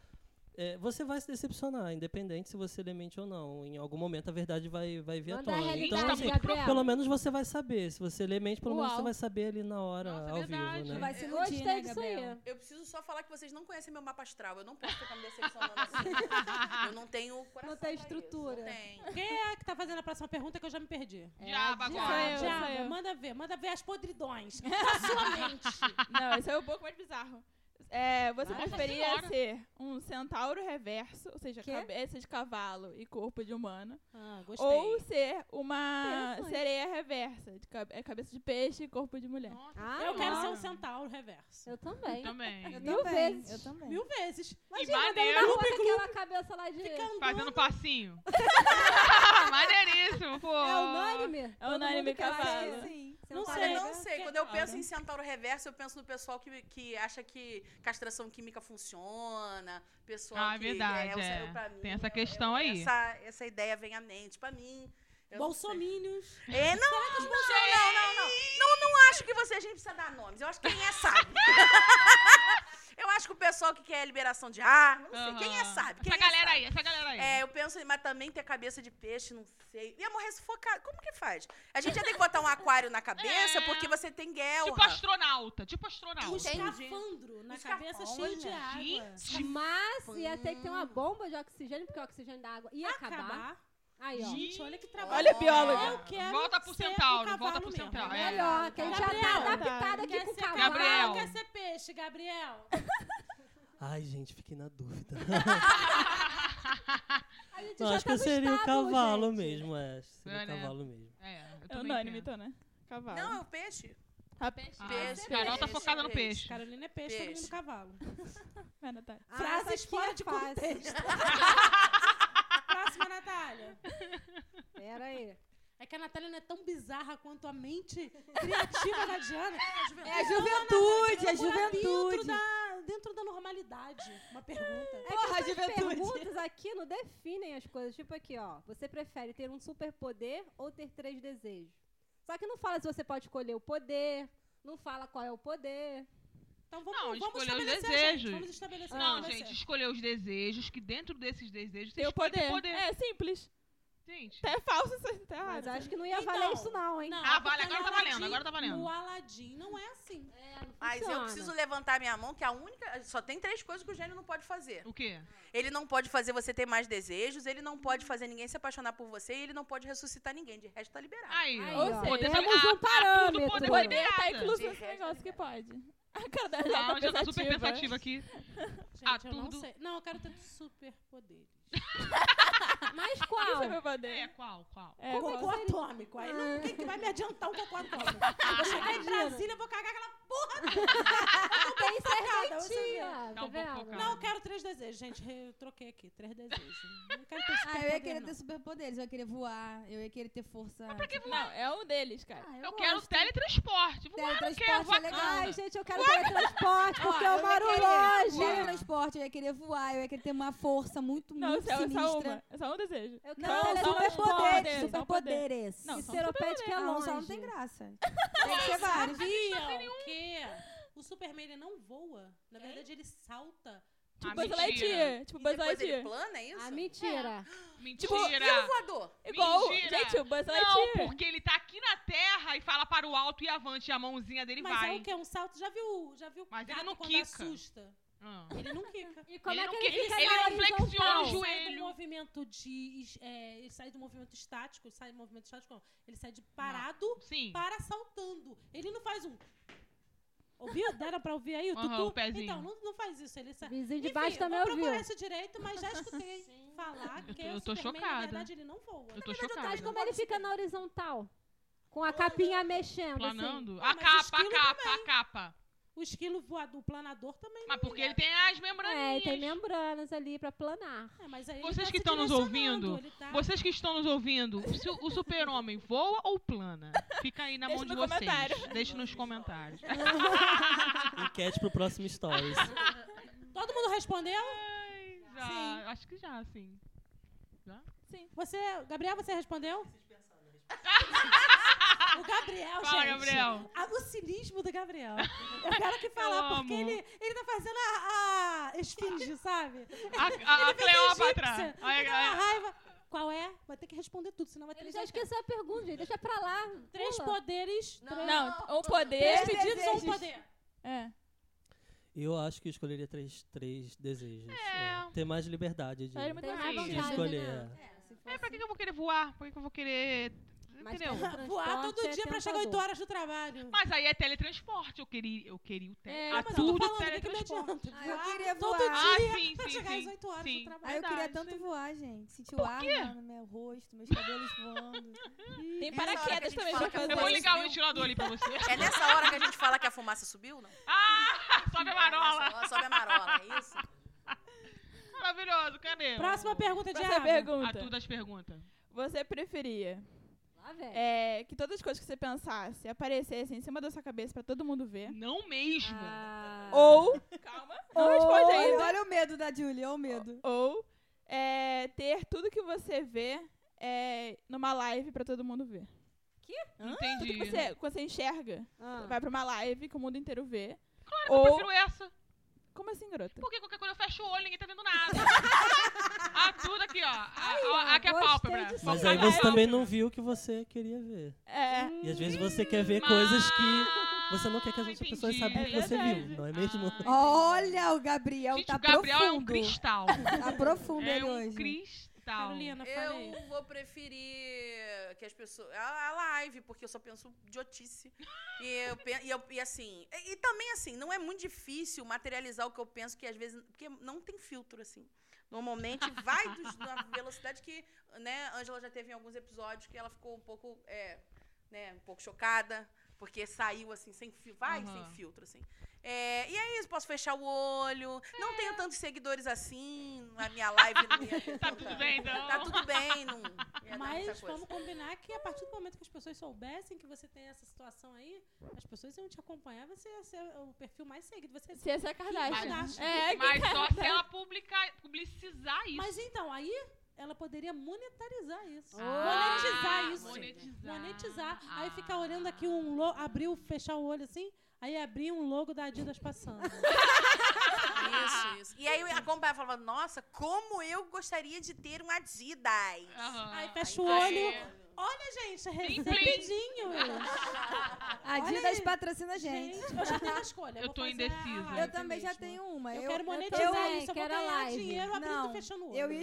Speaker 7: é, você vai se decepcionar, independente se você lê mente ou não. Em algum momento a verdade vai, vai vir à
Speaker 3: Manda a
Speaker 7: tona. Então,
Speaker 3: realidade,
Speaker 7: assim,
Speaker 3: Gabriel.
Speaker 7: pelo menos você vai saber. Se você lê mente, pelo menos você
Speaker 2: Uau.
Speaker 7: vai saber ali na hora,
Speaker 1: Nossa, é
Speaker 7: ao
Speaker 1: verdade.
Speaker 7: vivo, né?
Speaker 2: Vai se iludir,
Speaker 3: Gostei
Speaker 2: né,
Speaker 3: disso
Speaker 2: Gabriel?
Speaker 3: aí.
Speaker 6: Eu preciso só falar que vocês não conhecem meu mapa astral. Eu não posso ficar me decepcionando assim. Eu não tenho coração.
Speaker 3: Não tem
Speaker 6: pra
Speaker 3: estrutura.
Speaker 6: Isso. Não tem.
Speaker 4: Quem é que tá fazendo a próxima pergunta que eu já me perdi?
Speaker 1: É, Diabo
Speaker 3: diabo.
Speaker 1: agora.
Speaker 5: eu,
Speaker 4: Diabo,
Speaker 5: sou eu.
Speaker 4: manda ver, manda ver as podridões da sua mente.
Speaker 5: Não, isso é um pouco mais bizarro. É, você
Speaker 1: Nossa
Speaker 5: preferia
Speaker 1: Senhora.
Speaker 5: ser um centauro reverso, ou seja,
Speaker 3: Quê?
Speaker 5: cabeça de cavalo e corpo de humano,
Speaker 4: Ah, gostei.
Speaker 5: ou ser uma
Speaker 3: Interessante.
Speaker 5: sereia reversa, de cabe- é cabeça de peixe e corpo de mulher?
Speaker 3: Ah,
Speaker 4: eu quero
Speaker 3: não.
Speaker 4: ser um centauro reverso.
Speaker 3: Eu também.
Speaker 1: Também.
Speaker 2: Eu
Speaker 3: Mil
Speaker 2: também,
Speaker 3: vezes.
Speaker 2: Eu também.
Speaker 4: Mil vezes.
Speaker 1: Que maneiro.
Speaker 3: Não, bota aquela cabeça lá de...
Speaker 4: Fica andando.
Speaker 1: Fazendo passinho. Maneiríssimo, pô.
Speaker 3: É unânime?
Speaker 5: É unânime
Speaker 3: quer
Speaker 5: cavalo.
Speaker 3: ser.
Speaker 2: Sim.
Speaker 3: Não
Speaker 6: Olha,
Speaker 3: sei.
Speaker 6: eu não sei. Quando eu
Speaker 5: Centauro.
Speaker 6: penso em centauro reverso, eu penso no pessoal que, que acha que castração química funciona. Pessoal
Speaker 1: Ah, é
Speaker 6: que
Speaker 1: verdade,
Speaker 6: o
Speaker 1: é.
Speaker 6: céu pra mim.
Speaker 1: Tem essa questão aí.
Speaker 6: Essa, essa ideia vem à mente pra mim. Eu não sei.
Speaker 4: Bolsomínios.
Speaker 6: É, não, não, não, não, não. Não, não acho que você, a gente precisa dar nomes. Eu acho que quem é sabe. eu acho que o pessoal que quer liberação de arma, não sei. Quem é
Speaker 1: Aham.
Speaker 6: sabe? Quem
Speaker 1: Essa
Speaker 6: é
Speaker 1: galera
Speaker 6: sabe?
Speaker 1: aí, essa galera aí.
Speaker 6: É, eu penso, em- mas também ter cabeça de peixe, não sei. Ia morrer sufocado. Como que faz? A gente ia ter que botar um aquário na cabeça
Speaker 1: É.
Speaker 6: porque você tem guelra.
Speaker 1: tipo astronauta, tipo astronauta.
Speaker 4: Um
Speaker 6: Entendi.
Speaker 4: escafandro na
Speaker 6: Um
Speaker 4: cabeça
Speaker 6: escafandro,
Speaker 4: cheio de
Speaker 6: olha.
Speaker 4: água.
Speaker 1: Gente,
Speaker 3: Mas ia ter que ter uma bomba de oxigênio, porque o oxigênio da água ia acabar.
Speaker 4: Acabar.
Speaker 3: Aí, ó.
Speaker 4: Gente, olha que trabalho.
Speaker 6: Olha a bióloga.
Speaker 4: Eu quero
Speaker 1: Volta pro
Speaker 4: ser o
Speaker 1: centauro, volta
Speaker 4: cavalo
Speaker 1: pro
Speaker 4: mesmo.
Speaker 1: centauro. É.
Speaker 3: Melhor, que a gente já
Speaker 4: Gabriel,
Speaker 3: tá adaptado aqui
Speaker 4: Quer
Speaker 3: com o
Speaker 4: ser
Speaker 3: cavalo.
Speaker 1: Gabriel.
Speaker 4: cavalo, quer ser peixe, Gabriel.
Speaker 7: Ai, gente, fiquei na dúvida.
Speaker 3: A gente
Speaker 7: Não,
Speaker 3: já
Speaker 7: acho
Speaker 3: tá
Speaker 7: que eu
Speaker 3: no
Speaker 7: seria o
Speaker 3: estábulo,
Speaker 7: cavalo
Speaker 3: gente.
Speaker 7: mesmo, é. acho que Seria
Speaker 1: É,
Speaker 7: o
Speaker 1: né?
Speaker 7: cavalo mesmo.
Speaker 1: É, eu
Speaker 5: É
Speaker 1: também
Speaker 5: unânime,
Speaker 1: penso.
Speaker 5: então, né? Cavalo.
Speaker 6: Não, é o peixe.
Speaker 5: a peixe.
Speaker 1: Ah,
Speaker 6: Peixe,
Speaker 1: Carol Ah, tá
Speaker 6: peixe,
Speaker 1: focada no
Speaker 6: peixe.
Speaker 1: peixe.
Speaker 4: Carolina é peixe, todo
Speaker 6: Peixe.
Speaker 4: mundo cavalo.
Speaker 5: Vai, Natália.
Speaker 3: Ah,
Speaker 4: Frases
Speaker 3: essa aqui
Speaker 4: fora
Speaker 3: é
Speaker 4: de
Speaker 3: fácil.
Speaker 4: contexto. Próxima, Natália.
Speaker 3: Pera aí.
Speaker 4: É que a Natália não é tão bizarra quanto a mente criativa da Diana.
Speaker 2: É a juventude, é a
Speaker 4: Ela procura Dentro
Speaker 2: juventude.
Speaker 4: da, dentro da normalidade. Uma pergunta.
Speaker 2: Porra, a
Speaker 3: As
Speaker 2: juventude.
Speaker 3: É perguntas aqui não definem as coisas. Tipo aqui, ó. Você prefere ter um superpoder ou ter três desejos? Só que não fala se você pode escolher o poder. Não fala qual é o poder.
Speaker 4: Então vamos,
Speaker 1: Não,
Speaker 4: vamos
Speaker 1: escolher os
Speaker 4: estabelecer,
Speaker 1: desejos.
Speaker 4: gente. Vamos estabelecer.
Speaker 1: Não,
Speaker 4: qual vai
Speaker 1: gente,
Speaker 4: ser.
Speaker 1: escolher os desejos, que dentro desses desejos você
Speaker 5: Tem o
Speaker 1: escolhe
Speaker 5: poder.
Speaker 1: o tipo poder.
Speaker 5: É simples.
Speaker 1: Gente,
Speaker 5: Até é falso isso tá
Speaker 3: Mas
Speaker 5: errado.
Speaker 3: acho que não ia
Speaker 4: Então,
Speaker 3: valer isso não, hein?
Speaker 4: Não,
Speaker 1: Ah,
Speaker 4: porque
Speaker 1: vale, agora
Speaker 4: no
Speaker 1: tá valendo,
Speaker 4: Aladdin-
Speaker 1: agora tá valendo.
Speaker 4: No Aladdin não é assim.
Speaker 6: Mas eu preciso levantar minha mão que a única. Só tem três coisas que o gênio não pode fazer.
Speaker 1: o quê?
Speaker 6: Ele não pode fazer você ter mais desejos, ele não pode fazer ninguém se apaixonar por você e ele não pode ressuscitar ninguém. De resto, tá liberado.
Speaker 1: Aí,
Speaker 3: Aí,
Speaker 1: ó.
Speaker 3: ó.
Speaker 1: poder tá-
Speaker 3: Temos
Speaker 1: ah,
Speaker 3: um
Speaker 1: ah, tudo poder
Speaker 3: parâmetro.
Speaker 1: tá
Speaker 5: Tá
Speaker 1: liberado.
Speaker 5: incluso
Speaker 6: De
Speaker 5: nesse
Speaker 6: resto,
Speaker 5: negócio que pode. A cara da
Speaker 1: A
Speaker 5: Angela tá
Speaker 1: Ângela tá super pensativa aqui.
Speaker 4: Gente,
Speaker 1: Ah,
Speaker 4: eu não
Speaker 1: tudo.
Speaker 4: sei. Não, eu quero ter superpoderes.
Speaker 3: Ah, Mas
Speaker 5: Isso é
Speaker 3: qual?
Speaker 5: meu
Speaker 1: É,
Speaker 5: poder.
Speaker 1: qual, qual?
Speaker 5: É,
Speaker 4: cocô
Speaker 5: qual-
Speaker 4: atômico. Aí não tem que vai me adiantar um cocô atômico. Eu vou chegar em Brasília, eu vou cagar aquela
Speaker 3: Tem
Speaker 4: facada. você vê.
Speaker 3: serventia,
Speaker 1: Tá
Speaker 3: tá
Speaker 1: um pouco
Speaker 3: vendo?
Speaker 1: focado.
Speaker 4: Não, eu quero três desejos, gente. Eu troquei aqui, três desejos. Não quero ter
Speaker 2: Ah, eu ia
Speaker 4: superpoder,
Speaker 2: querer
Speaker 4: não.
Speaker 2: ter superpoderes, eu ia querer voar, eu ia querer ter força. Mas pra que
Speaker 5: Não, é um deles, cara.
Speaker 2: Ah,
Speaker 1: Eu, quero
Speaker 2: gosto.
Speaker 1: teletransporte. Voar, eu quero
Speaker 2: Teletransporte
Speaker 1: voar.
Speaker 2: é legal.
Speaker 3: Ai, gente, eu quero teletransporte,
Speaker 2: Ó,
Speaker 3: porque
Speaker 2: eu
Speaker 3: é o
Speaker 2: ia querer
Speaker 3: barulho
Speaker 2: Teletransporte, eu ia querer voar, eu ia querer ter uma força muito,
Speaker 5: Não,
Speaker 2: muito
Speaker 5: isso é
Speaker 2: sinistra.
Speaker 5: só uma. É só um desejo.
Speaker 3: Eu
Speaker 2: Não,
Speaker 3: quero
Speaker 5: só um
Speaker 3: teletransporte.
Speaker 2: superpoderes,
Speaker 5: poder, só um poder.
Speaker 2: superpoderes.
Speaker 5: Não,
Speaker 3: E
Speaker 5: só
Speaker 3: ser opética é
Speaker 2: Não,
Speaker 3: longe.
Speaker 2: só não tem graça. Tem que ser vários.
Speaker 4: Sabiam que o Superman ele não voa. Na
Speaker 1: É?
Speaker 4: verdade, ele salta.
Speaker 1: Ah,
Speaker 5: Buzz
Speaker 1: mentira.
Speaker 5: Lightyear. Tipo,
Speaker 6: E
Speaker 5: Buzz
Speaker 6: depois ele
Speaker 5: Lightyear.
Speaker 6: plana, é isso?
Speaker 3: Ah, mentira.
Speaker 6: Tipo,
Speaker 1: Mentira.
Speaker 6: vira voador.
Speaker 5: Igual,
Speaker 1: Mentira.
Speaker 5: gente, o Buzz
Speaker 1: Não,
Speaker 5: Lightyear.
Speaker 1: porque ele tá aqui na terra e fala para o alto e avante, e a mãozinha dele
Speaker 4: Mas é
Speaker 1: vai.
Speaker 4: o que? É um salto. Já viu, já viu
Speaker 1: Mas ele
Speaker 4: gato
Speaker 1: não
Speaker 4: quando
Speaker 1: quica.
Speaker 4: assusta?
Speaker 1: Ah.
Speaker 4: Ele não quica.
Speaker 3: E como
Speaker 1: Ele
Speaker 3: é
Speaker 1: não
Speaker 3: que ele
Speaker 1: quer-
Speaker 3: fica
Speaker 1: ele
Speaker 3: na
Speaker 1: não
Speaker 3: horizontal?
Speaker 1: flexiona o joelho.
Speaker 4: sai do movimento de. é, ele sai do movimento estático, sai do movimento estático, não. Ele sai de parado
Speaker 1: Sim.
Speaker 4: para saltando. Ele não faz um. Ouviu? Deram pra ouvir aí o
Speaker 1: Aham,
Speaker 4: tutu?
Speaker 1: o pezinho.
Speaker 4: então, não, não faz isso. Ele sai.
Speaker 3: Vizinho de
Speaker 4: Enfim,
Speaker 3: baixo também
Speaker 4: eu não
Speaker 3: ouviu.
Speaker 4: conheço direito, mas já escutei. falar que
Speaker 1: eu
Speaker 4: o
Speaker 1: tô
Speaker 4: Superman,
Speaker 1: chocada.
Speaker 4: na verdade, ele não voa. né?
Speaker 1: Eu tô
Speaker 3: Mas
Speaker 1: chocada.
Speaker 3: como ele fica na horizontal? Com a capinha mexendo, assim.
Speaker 1: Planando?
Speaker 4: Ah,
Speaker 1: A
Speaker 4: mas
Speaker 1: capa, a
Speaker 4: esquilo
Speaker 1: capa, a capa.
Speaker 4: O esquilo voador, o planador também né?
Speaker 1: Mas porque ele tem as
Speaker 3: É, e tem
Speaker 1: membraninhas. membranas
Speaker 3: membranas ali pra planar.
Speaker 4: não é. Mas aí ele
Speaker 1: Vocês
Speaker 4: tá
Speaker 1: que
Speaker 4: se
Speaker 1: estão nos
Speaker 4: direcionando,
Speaker 1: ouvindo,
Speaker 4: ele tá-
Speaker 1: Vocês que estão nos ouvindo, o su- o super-homem voa ou plana? Fica aí na
Speaker 5: Deixa
Speaker 1: mão de
Speaker 5: no
Speaker 1: vocês.
Speaker 5: comentário.
Speaker 1: Deixa nos comentários.
Speaker 7: Enquete pro próximo Stories.
Speaker 4: Todo mundo respondeu?
Speaker 1: Já,
Speaker 4: Sim.
Speaker 1: acho que já, sim.
Speaker 4: Você, Gabriel, você respondeu?
Speaker 3: né?
Speaker 4: o Gabriel,
Speaker 1: Fala,
Speaker 4: gente.
Speaker 1: Gabriel.
Speaker 4: Ah, o cinismo do Gabriel. Eu quero que falar,
Speaker 1: Eu
Speaker 4: porque
Speaker 1: amo.
Speaker 4: ele, ele tá fazendo a, a esfinge, sabe?
Speaker 1: A, a, a
Speaker 4: Ele fez
Speaker 1: Cleópatra.
Speaker 4: egípcia.
Speaker 1: Aí,
Speaker 4: Me dá uma
Speaker 1: galera,
Speaker 4: tá raiva. Qual é? Vai ter que responder tudo, senão vai ter
Speaker 3: Ele já esqueceu a pergunta, gente. Deixa pra lá.
Speaker 4: Três
Speaker 3: pula.
Speaker 4: poderes. três-
Speaker 8: Não, um poder.
Speaker 4: Três pedidos ou um
Speaker 8: desejos.
Speaker 4: poder?
Speaker 2: É.
Speaker 7: Eu acho que eu escolheria três, três desejos.
Speaker 1: É.
Speaker 7: É, Ter mais liberdade de,
Speaker 5: Eu era muito
Speaker 3: Tem
Speaker 1: Sim.
Speaker 3: mais
Speaker 1: Sim.
Speaker 7: de
Speaker 3: vontade,
Speaker 7: escolher.
Speaker 3: né?
Speaker 7: é.
Speaker 1: é, pra que que eu vou querer voar? Por que que eu vou querer...
Speaker 3: Mas
Speaker 1: Entendeu?
Speaker 3: tem um
Speaker 4: Voar
Speaker 3: transporte,
Speaker 4: todo
Speaker 3: é
Speaker 4: dia pra chegar
Speaker 3: tentador.
Speaker 4: 8 horas do trabalho. Ah,
Speaker 1: Mas aí é teletransporte. Eu queria, eu queria o
Speaker 3: É,
Speaker 1: teletransporte.
Speaker 4: mas
Speaker 1: a
Speaker 4: eu tô
Speaker 1: tudo
Speaker 4: falando, o que, que me
Speaker 1: teletransporte.
Speaker 4: adianta?
Speaker 8: Ah, eu queria
Speaker 4: todo
Speaker 8: voar.
Speaker 1: Ah,
Speaker 4: dia
Speaker 1: sim,
Speaker 4: pra
Speaker 1: sim,
Speaker 4: chegar às
Speaker 1: sim.
Speaker 4: 8 horas do
Speaker 1: Sim. é
Speaker 4: trabalho.
Speaker 8: Aí eu queria
Speaker 1: Verdade.
Speaker 8: tanto voar, gente. Sentir o
Speaker 1: Por
Speaker 8: ar
Speaker 1: quê?
Speaker 8: voando no meu rosto, meus cabelos voando. Tem
Speaker 6: Nessa hora que a
Speaker 8: paraquedas
Speaker 6: gente
Speaker 8: também pra
Speaker 6: fala que eu
Speaker 8: fazer.
Speaker 1: Eu vou
Speaker 6: Mas
Speaker 1: ligar o
Speaker 6: viu?
Speaker 1: ventilador ali pra você.
Speaker 6: É nessa hora que a gente fala que a fumaça subiu, não?
Speaker 1: Sobe a marola.
Speaker 6: Nessa hora, Sobe a marola, é isso?
Speaker 1: Maravilhoso, cadê?
Speaker 4: Próxima pergunta,
Speaker 8: Próxima
Speaker 4: Diabo.
Speaker 1: A
Speaker 8: pergunta.
Speaker 1: tudo as perguntas.
Speaker 5: Você preferia
Speaker 3: Lá, velho.
Speaker 5: é, que todas as coisas que você pensasse aparecessem em cima da sua cabeça pra todo mundo ver?
Speaker 1: Não mesmo.
Speaker 3: Ah.
Speaker 5: Ou. Calma. Não responde
Speaker 8: Olha-
Speaker 5: ainda.
Speaker 8: Olha o medo da Julia, olha o medo.
Speaker 5: Ou é, ter tudo que você vê é, numa live pra todo mundo ver. Tudo
Speaker 1: Entendi.
Speaker 5: que você, é que você enxerga
Speaker 3: Ah.
Speaker 5: vai pra uma live que o mundo inteiro vê.
Speaker 1: Claro, eu
Speaker 5: Ou.
Speaker 1: prefiro essa.
Speaker 5: Como assim, garota?
Speaker 1: Porque qualquer coisa eu fecho o olho, ninguém tá vendo nada. ah, tudo aqui, ó. A, a,
Speaker 3: ó,
Speaker 1: aqui é a
Speaker 3: gostei
Speaker 1: pálpebra.
Speaker 3: disso
Speaker 7: Mas
Speaker 3: Só
Speaker 7: aí
Speaker 3: pra
Speaker 7: você
Speaker 3: lá.
Speaker 7: também não viu o que você queria ver.
Speaker 5: É.
Speaker 7: E às vezes você quer ver coisas que você não quer que as outras
Speaker 1: Hum, ah, entendi.
Speaker 7: pessoas saibam
Speaker 5: É
Speaker 7: o que você
Speaker 5: verdade.
Speaker 7: viu, não é mesmo?
Speaker 1: Ah,
Speaker 8: Olha, o Gabriel
Speaker 1: Gente,
Speaker 8: tá
Speaker 1: o Gabriel é um
Speaker 8: profundo.
Speaker 1: cristal.
Speaker 8: Tá profundo
Speaker 1: é
Speaker 8: ele
Speaker 1: um
Speaker 8: hoje.
Speaker 1: cristal.
Speaker 4: Carolina, falei.
Speaker 6: Eu vou preferir que as pessoas. A, a live, porque eu só penso idiotice. E, eu, pe- e, eu- e assim. E, e também, assim, não é muito difícil materializar o que eu penso, que às vezes. Porque não tem filtro, assim. Normalmente vai dos- na velocidade que. Né, a Ângela já teve em alguns episódios que ela ficou um pouco. é, né, um pouco chocada, porque saiu assim, sem filtro. Vai sem
Speaker 1: Aham.
Speaker 6: filtro, assim. É, e é isso, posso fechar o olho. Não tenho tantos seguidores assim. A minha live não ia
Speaker 1: É. Tá tudo bem, então?
Speaker 6: Tá tudo bem, não. ia dar muita
Speaker 4: Mas
Speaker 6: coisa.
Speaker 4: vamos combinar que a partir do momento que as pessoas soubessem que você tem essa situação aí, as pessoas iam te acompanhar, você ia ser o perfil mais seguido. Você ia ser
Speaker 8: Se essa é a
Speaker 4: Mas-
Speaker 8: Kardashian. É,
Speaker 1: Mas só se ela publicar, publicizar isso.
Speaker 4: Mas então, aí ela poderia monetarizar isso.
Speaker 1: Ah,
Speaker 4: monetizar isso.
Speaker 1: Monetizar. Ah.
Speaker 4: Monetizar. Aí fica olhando aqui um logo, abriu, fechar o olho assim, aí abrir um logo da Adidas passando.
Speaker 6: Isso, isso. E aí eu acompanhava e falava, nossa, como eu gostaria de ter um Adidas.
Speaker 1: Aham.
Speaker 4: Aí fecha
Speaker 6: tá
Speaker 4: o
Speaker 1: Aí-
Speaker 4: olho. Olha, gente, é
Speaker 1: Plim, plim.
Speaker 4: recebidinho.
Speaker 8: Adidas patrocina a gente.
Speaker 4: Gente, eu já tenho uma escolha.
Speaker 1: Eu
Speaker 4: vou
Speaker 1: tô
Speaker 4: fazer a
Speaker 1: indecisa.
Speaker 4: live
Speaker 8: Eu também já
Speaker 4: mesmo.
Speaker 8: tenho uma.
Speaker 4: Eu, quero monetizar
Speaker 8: eu-
Speaker 3: também
Speaker 4: isso, eu vou
Speaker 3: quero
Speaker 4: ganhar
Speaker 3: a live.
Speaker 4: dinheiro abrindo
Speaker 8: Não,
Speaker 4: e fechando o olho.
Speaker 8: Eu ia
Speaker 1: É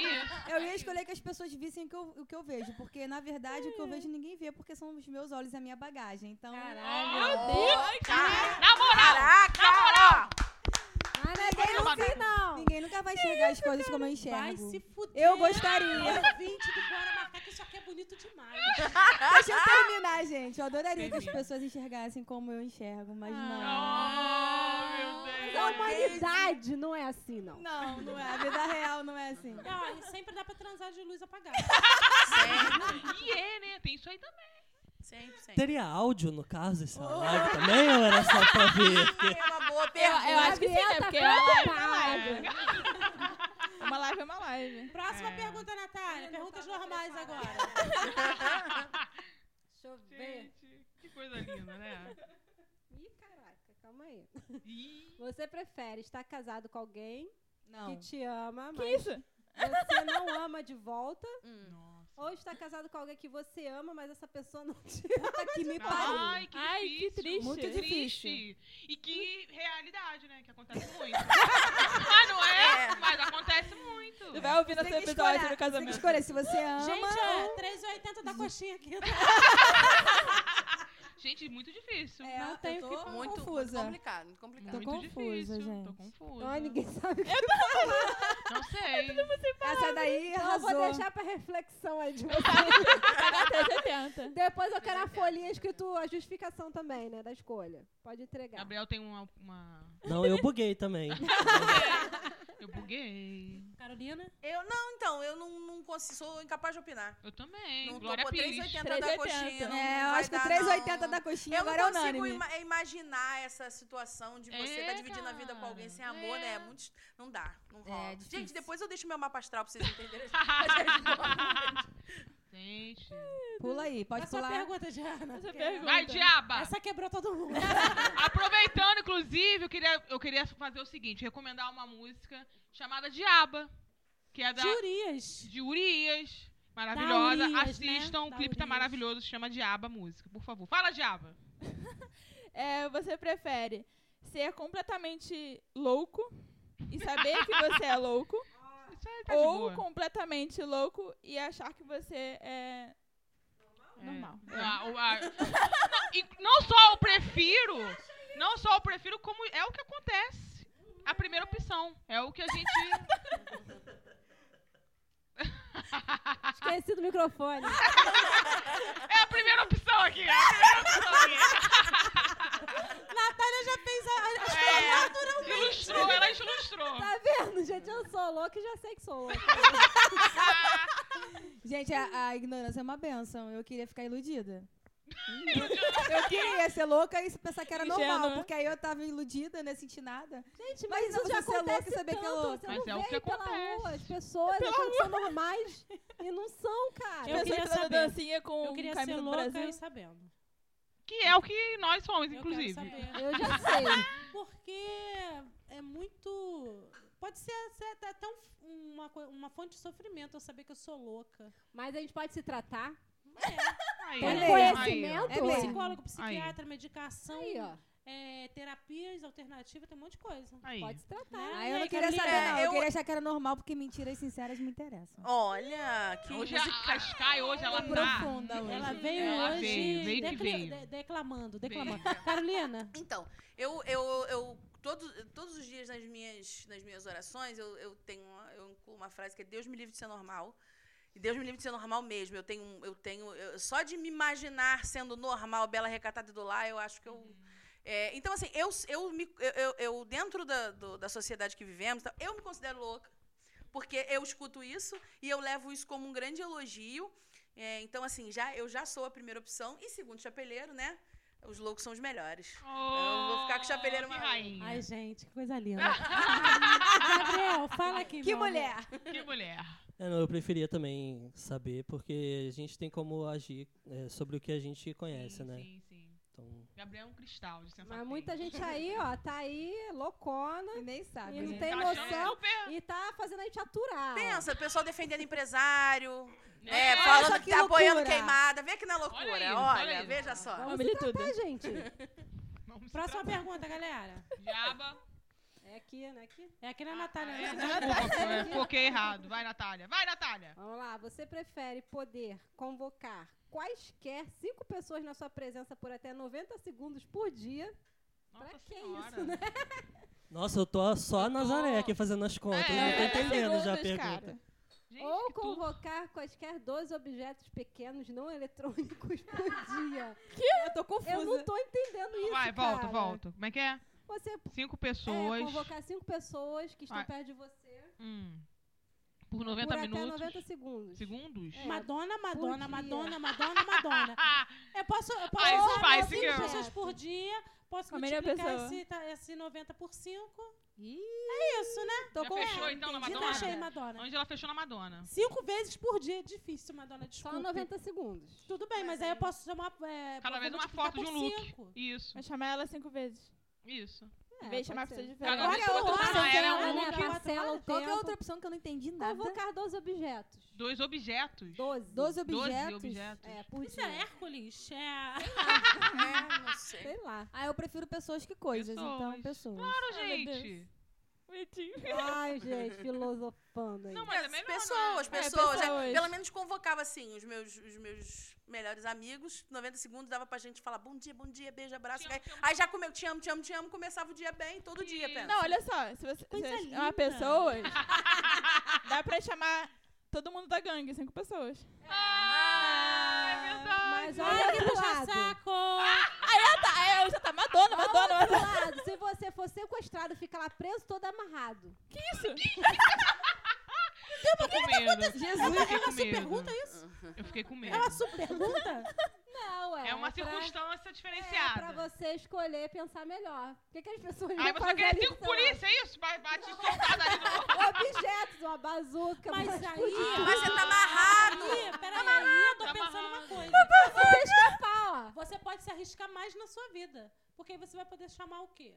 Speaker 8: escolher.
Speaker 1: isso.
Speaker 8: Eu ia escolher que as pessoas vissem o que eu, o que eu vejo, porque na verdade o que eu vejo ninguém vê, porque são os meus olhos e a minha bagagem. Então,
Speaker 1: Meu Deus.
Speaker 6: Cara-
Speaker 1: Na moral.
Speaker 6: Caraca!
Speaker 3: Ah, não é bem
Speaker 1: Não,
Speaker 3: assim, não.
Speaker 8: ninguém nunca vai enxergar as coisas como eu
Speaker 4: Vai
Speaker 8: enxergo.
Speaker 4: se fuder.
Speaker 8: Eu gostaria.
Speaker 4: Ouvinte do Bora Marcar, que isso aqui é bonito demais.
Speaker 8: Deixa eu terminar, gente. Eu adoraria que as
Speaker 1: Termina.
Speaker 8: pessoas enxergassem como eu enxergo, mas
Speaker 4: Ah.
Speaker 1: Oh,
Speaker 3: Mas a
Speaker 1: meu Deus.
Speaker 3: humanidade não é assim,
Speaker 8: não.
Speaker 3: não.
Speaker 8: Não, não é. A vida real não é assim.
Speaker 4: Não, aí sempre dá pra transar de luz apagada.
Speaker 1: E é, né? Tem isso aí também.
Speaker 6: Sempre, sempre.
Speaker 7: Teria áudio, no caso, essa live também, ou era só pra ver?
Speaker 6: É uma boa
Speaker 8: Eu,
Speaker 2: né?
Speaker 6: pergunta.
Speaker 8: acho que
Speaker 3: Gabriel tá
Speaker 8: porque
Speaker 3: preparado.
Speaker 5: Uma live é uma live.
Speaker 4: Próxima pergunta, Natália. Perguntas normais agora.
Speaker 3: Deixa eu ver.
Speaker 1: Gente, que coisa linda, né?
Speaker 3: Ih, caraca, calma aí.
Speaker 1: Ih,
Speaker 3: Você prefere estar casado com alguém
Speaker 8: Não.
Speaker 3: que te ama,
Speaker 5: Que
Speaker 3: mas
Speaker 5: isso?
Speaker 3: você não ama de volta?
Speaker 6: Hum.
Speaker 1: nossa.
Speaker 3: Ou estar casado com alguém que você ama, mas essa pessoa não te
Speaker 8: Puta que me pariu.
Speaker 1: Ai, que
Speaker 5: Ai, que
Speaker 1: difícil.
Speaker 5: triste. Muito
Speaker 1: triste. E que realidade, né? Que acontece muito. ah, não é?
Speaker 6: É.
Speaker 1: Mas acontece muito.
Speaker 5: Tu vai ouvir nosso
Speaker 8: Tem que
Speaker 5: episódio
Speaker 8: escolher,
Speaker 5: do
Speaker 8: Tem que
Speaker 5: casamento.
Speaker 8: escolher se você ama.
Speaker 4: Gente, é 3,80 da coxinha aqui.
Speaker 1: Gente, muito difícil.
Speaker 2: É,
Speaker 3: Não
Speaker 2: eu
Speaker 3: tenho
Speaker 2: tô
Speaker 3: que com-
Speaker 6: Muito
Speaker 2: confusa.
Speaker 6: complicado, muito complicado.
Speaker 2: Tô
Speaker 1: muito
Speaker 2: confusa,
Speaker 1: difícil.
Speaker 2: gente.
Speaker 1: Tô confusa.
Speaker 3: Ai, ninguém sabe.
Speaker 1: Não sei.
Speaker 2: Essa daí
Speaker 3: Então eu
Speaker 2: arrasou.
Speaker 3: vou deixar pra reflexão aí de vocês. Depois eu quero a folhinha escrito a justificação também, né? Da escolha. Pode entregar.
Speaker 1: Gabriel tem uma, uma.
Speaker 7: Não, eu buguei também.
Speaker 1: Eu buguei.
Speaker 4: Carolina?
Speaker 6: Eu, não, então, eu não, não consigo, sou incapaz de opinar.
Speaker 1: Eu também.
Speaker 6: não
Speaker 1: Glória
Speaker 6: tô com
Speaker 1: Pires.
Speaker 6: 3,80 da
Speaker 5: 3,80.
Speaker 6: coxinha. não
Speaker 2: É, eu
Speaker 6: vai
Speaker 2: acho que
Speaker 6: dar,
Speaker 2: 3,80
Speaker 6: não.
Speaker 2: da coxinha
Speaker 6: eu
Speaker 2: agora é
Speaker 6: não consigo
Speaker 2: unânime.
Speaker 6: ima- imaginar essa situação de você
Speaker 1: É,
Speaker 6: tá dividindo a vida com alguém sem amor,
Speaker 1: cara.
Speaker 6: né?
Speaker 1: É.
Speaker 6: É muito, não dá, não rola.
Speaker 2: É, difícil.
Speaker 6: Gente, depois eu deixo meu mapa astral pra vocês entenderem.
Speaker 1: Gente.
Speaker 2: Pula aí, pode
Speaker 4: a sua
Speaker 2: pular.
Speaker 4: é pergunta, Diana.
Speaker 5: Essa pergunta.
Speaker 1: Vai, diaba!
Speaker 4: então, Essa quebrou todo mundo.
Speaker 1: Aproveitando, inclusive, eu queria, eu queria fazer o seguinte: recomendar uma música chamada Diaba, que é da
Speaker 4: Jurias.
Speaker 1: de Urias. Maravilhosa.
Speaker 4: Da Urias, né?
Speaker 1: Assistam, o
Speaker 4: Da
Speaker 1: clipe tá
Speaker 4: Urias.
Speaker 1: maravilhoso, se chama Diaba a música, por favor. Fala, Diaba!
Speaker 5: É, você prefere ser completamente louco e saber que você é louco
Speaker 1: Isso aí tá de
Speaker 5: ou
Speaker 1: boa.
Speaker 5: completamente louco e achar que você é
Speaker 1: É.
Speaker 5: normal.
Speaker 1: Ah, o- ah, não, e não só eu prefiro, não só eu prefiro, como é o que acontece. A primeira opção. É o que a gente.
Speaker 3: Esqueci do microfone.
Speaker 2: Ah,
Speaker 1: É a primeira opção aqui. É a primeira opção aqui.
Speaker 4: Natália já fez a. a-
Speaker 1: É, ilustrou, ela ilustrou.
Speaker 3: Tá vendo, gente? Eu sou louca e já sei que sou louca.
Speaker 2: Gente, a, a ignorância é uma benção. Eu queria ficar iludida. eu queria ser louca e pensar que era normal,
Speaker 5: Ingênua.
Speaker 2: porque aí eu tava iludida, né? Senti nada.
Speaker 3: Gente, mas
Speaker 2: Imagina
Speaker 3: isso já
Speaker 2: você ser louca e
Speaker 3: acontece
Speaker 2: saber que é
Speaker 3: tanto,
Speaker 2: louca.
Speaker 3: Você
Speaker 1: Mas
Speaker 3: não
Speaker 1: é o
Speaker 3: vê
Speaker 1: que
Speaker 3: pela
Speaker 1: acontece.
Speaker 3: rua as pessoas achando que são normais e não são, cara.
Speaker 4: Eu
Speaker 5: Pessoa
Speaker 4: queria
Speaker 5: que fazendo
Speaker 4: saber.
Speaker 5: dancinha com
Speaker 4: Eu queria ser
Speaker 5: camisa do
Speaker 4: louca e
Speaker 5: Brasil.
Speaker 4: sabendo.
Speaker 1: Que é o que nós somos,
Speaker 4: Eu
Speaker 1: inclusive.
Speaker 4: quero saber.
Speaker 3: Eu já sei.
Speaker 4: Porque é muito. Pode ser ser até- até um- uma, co- uma fonte de sofrimento eu saber que eu sou louca.
Speaker 3: Mas a gente pode se tratar.
Speaker 1: Aí,
Speaker 3: Tem
Speaker 1: aí,
Speaker 3: conhecimento.
Speaker 2: É mesmo.
Speaker 4: Psicólogo, psiquiatra, medicação,
Speaker 3: Aí, ó.
Speaker 4: é, terapias alternativas, tem um monte de coisa.
Speaker 1: Aí.
Speaker 3: Pode se tratar.
Speaker 4: Né?
Speaker 2: Ah, eu
Speaker 4: E
Speaker 2: não
Speaker 4: aí,
Speaker 2: queria
Speaker 4: Carolina?
Speaker 2: saber, não. Eu
Speaker 6: eu-
Speaker 2: queria achar que era normal, porque mentiras sinceras me interessam.
Speaker 6: Olha, que
Speaker 1: Hoje é a,
Speaker 6: música.
Speaker 1: a Sky, hoje ela tá.
Speaker 2: é Profunda hoje.
Speaker 4: Ela veio
Speaker 1: Ela
Speaker 4: hoje
Speaker 1: veio, veio que
Speaker 4: decla-
Speaker 1: veio.
Speaker 4: de- declamando, declamando. Carolina,
Speaker 6: Então, eu, eu, eu todos, todos os dias nas minhas, nas minhas orações, eu, eu tenho uma, eu incluo uma frase que é Deus me livre de ser normal. E Deus me livre de ser normal mesmo. Eu tenho, um- eu tenho eu- só de me imaginar sendo normal, bela, recatada do lar, eu acho que eu É, então, assim, eu, eu, me, eu- eu, eu dentro da, do- da sociedade que vivemos, tá, eu me considero louca, porque eu escuto isso e eu levo isso como um grande elogio. É, então, assim, já, eu já sou a primeira opção. E segundo chapeleiro, né? Os loucos são os melhores. Eu vou ficar com É o chapeleiro
Speaker 1: que
Speaker 6: maluco.
Speaker 1: rainha.
Speaker 4: ai gente, que coisa linda. Gabriel, fala aqui.
Speaker 2: Que
Speaker 4: meu amor.
Speaker 2: mulher!
Speaker 1: Que mulher.
Speaker 7: É, não, eu preferia também saber, porque a gente tem como agir é, sobre o que a gente conhece,
Speaker 1: sim,
Speaker 7: né?
Speaker 1: sim, sim.
Speaker 7: Então,
Speaker 1: Gabriel é um cristal de sensação.
Speaker 3: Mas muita gente aí, ó, tá aí loucona
Speaker 2: E nem sabe,
Speaker 3: e não
Speaker 2: né?
Speaker 3: tem
Speaker 1: tá achando
Speaker 3: noção
Speaker 1: super-
Speaker 3: e tá fazendo a gente aturar.
Speaker 6: Pensa, o pessoal defendendo empresário, é,
Speaker 1: olha
Speaker 6: falando
Speaker 2: só
Speaker 6: que
Speaker 2: que
Speaker 6: tá apoiando
Speaker 2: loucura.
Speaker 6: queimada. Vê que na loucura,
Speaker 1: Olha
Speaker 6: olha,
Speaker 1: isso, olha isso.
Speaker 6: veja só.
Speaker 3: Vamos
Speaker 5: Família
Speaker 3: se tratar, gente.
Speaker 1: só. Vamos se
Speaker 4: Próxima pergunta, galera.
Speaker 1: tratar. Diaba.
Speaker 3: É aqui, né? Aqui.
Speaker 4: É aqui na Natália.
Speaker 1: É,
Speaker 4: né?
Speaker 1: desculpa, eu foquei errado. Vai, Natália. Vai, Natália.
Speaker 3: Vamos lá. Você prefere poder convocar quaisquer cinco pessoas na sua presença por até 90 segundos por dia?
Speaker 1: Nossa
Speaker 3: que
Speaker 1: senhora.
Speaker 3: isso, né?
Speaker 7: nossa, eu tô só a
Speaker 1: Eu tô-
Speaker 7: Nazaré aqui fazendo as contas.
Speaker 1: É.
Speaker 7: Não tô entendendo já a
Speaker 5: Segundos,
Speaker 7: pergunta.
Speaker 5: cara.
Speaker 1: Gente,
Speaker 3: Ou
Speaker 1: que tudo.
Speaker 3: convocar quaisquer dois objetos pequenos não eletrônicos por dia?
Speaker 2: Eu tô confusa.
Speaker 3: Eu não tô entendendo isso,
Speaker 1: Vai, volta,
Speaker 3: cara.
Speaker 1: volta. Como é que é?
Speaker 3: Você
Speaker 1: Cinco
Speaker 3: é,
Speaker 1: pessoas.
Speaker 3: convocar cinco pessoas que estão
Speaker 1: Vai.
Speaker 3: perto de você
Speaker 1: hum, por 90
Speaker 3: por
Speaker 1: minutos.
Speaker 3: até 90 segundos.
Speaker 1: Segundos?
Speaker 3: É.
Speaker 4: Madonna, Madonna,
Speaker 3: dia.
Speaker 4: Madonna, Madonna, Madonna.
Speaker 1: Ah,
Speaker 4: Eu posso, eu posso
Speaker 1: Ai,
Speaker 4: usar
Speaker 1: Spice
Speaker 4: cinco
Speaker 1: Girl.
Speaker 4: pessoas por dia, posso
Speaker 5: A melhor
Speaker 4: multiplicar
Speaker 5: pessoa.
Speaker 4: esse, ta- esse 90 por 5.
Speaker 3: Ih,
Speaker 4: É isso, né?
Speaker 1: já fechou então na
Speaker 4: Entendi,
Speaker 1: Madonna?
Speaker 4: Achei, Madonna.
Speaker 1: Onde ela fechou na Madonna.
Speaker 4: Cinco vezes por dia, é difícil, Madonna,
Speaker 3: só
Speaker 4: desculpa.
Speaker 3: 90 segundos.
Speaker 4: Tudo bem, mas aí eu posso chamar... É,
Speaker 1: Cada
Speaker 4: eu
Speaker 1: vez
Speaker 4: vou
Speaker 1: uma
Speaker 4: multiplicar
Speaker 1: foto de
Speaker 4: por
Speaker 1: um look.
Speaker 4: cinco.
Speaker 1: Isso,
Speaker 5: Vai chamar ela cinco vezes.
Speaker 1: isso.
Speaker 3: É,
Speaker 5: Em vez
Speaker 3: pode
Speaker 5: de chamar
Speaker 3: ser.
Speaker 5: pessoas diferentes.
Speaker 1: Cada vez
Speaker 2: é a
Speaker 1: outra
Speaker 2: outra?
Speaker 1: opção que era
Speaker 3: Ah,
Speaker 1: um
Speaker 3: né?
Speaker 1: look.
Speaker 3: Parcela o
Speaker 2: Qual que é
Speaker 3: tempo.
Speaker 2: a outra opção que eu não entendi nada?
Speaker 3: Convocar 12 objetos.
Speaker 1: Dois objetos.
Speaker 3: 12.
Speaker 2: 12
Speaker 1: Doze
Speaker 2: objetos.
Speaker 1: objetos.
Speaker 3: É, por
Speaker 4: Isso é
Speaker 3: dia.
Speaker 4: Hércules? É...
Speaker 6: É, não sei.
Speaker 3: Sei lá.
Speaker 2: Ah, eu prefiro pessoas que coisas, então
Speaker 1: Pessoas.
Speaker 2: pessoas.
Speaker 1: Claro,
Speaker 5: Ai, meu
Speaker 1: gente.
Speaker 5: Bonitinho.
Speaker 3: Ai, gente, filosofando aí.
Speaker 1: Não, mas é
Speaker 6: As
Speaker 1: melhor,
Speaker 6: pessoas,
Speaker 1: né?
Speaker 5: É,
Speaker 6: pessoas. é,
Speaker 5: pessoas.
Speaker 6: pelo menos convocava, assim, os meus, os meus melhores amigos. 90 segundos dava pra gente falar bom dia, bom dia, beijo, abraço.
Speaker 1: Te
Speaker 6: Aí,
Speaker 1: amo, te amo.
Speaker 6: aí já comeu, te amo, te amo, te amo. Começava o dia bem, todo dia,
Speaker 1: Que-
Speaker 6: pensa.
Speaker 5: Não, olha só, se você
Speaker 4: coisa
Speaker 5: se é uma
Speaker 4: linda.
Speaker 5: pessoa, dá pra chamar todo mundo da gangue, cinco pessoas.
Speaker 1: Ah, é verdade.
Speaker 3: Mas
Speaker 4: Ai,
Speaker 3: olha
Speaker 4: que
Speaker 3: pro
Speaker 4: puxa
Speaker 3: lado.
Speaker 4: saco!
Speaker 5: Tá, é, eu já tá Madonna, Madonna,
Speaker 3: Olha pro
Speaker 5: Madonna.
Speaker 3: lado. Se você for sequestrado, fica lá preso todo amarrado.
Speaker 5: Que isso?
Speaker 1: Tô com
Speaker 3: tá
Speaker 1: medo.
Speaker 4: Jesus,
Speaker 1: Eu fiquei
Speaker 4: ela
Speaker 1: com
Speaker 4: se
Speaker 1: medo.
Speaker 4: pergunta isso?
Speaker 1: Eu fiquei com
Speaker 4: É
Speaker 1: medo.
Speaker 4: uma sub-pergunta?
Speaker 3: Não, é.
Speaker 1: É uma
Speaker 3: pra-
Speaker 1: circunstância
Speaker 3: É pra
Speaker 1: diferenciada.
Speaker 3: você escolher pensar melhor. O que, que as pessoas
Speaker 1: Aí
Speaker 3: vão
Speaker 1: você
Speaker 3: fazer
Speaker 1: quer
Speaker 3: ali,
Speaker 1: cinco
Speaker 3: sei lá?
Speaker 1: polícia, é isso? Ba- Bate soltada ali no...
Speaker 3: Objetos, uma bazuca.
Speaker 4: Mas
Speaker 3: uma-
Speaker 4: aí-
Speaker 6: Mas você tá amarrado.
Speaker 4: Ih, peraí, aí eu tô
Speaker 1: tá
Speaker 4: pensando uma
Speaker 1: amarrado.
Speaker 4: coisa.
Speaker 3: Você escapar, ó.
Speaker 4: Você pode se arriscar mais na sua vida. Porque aí você vai poder chamar o quê?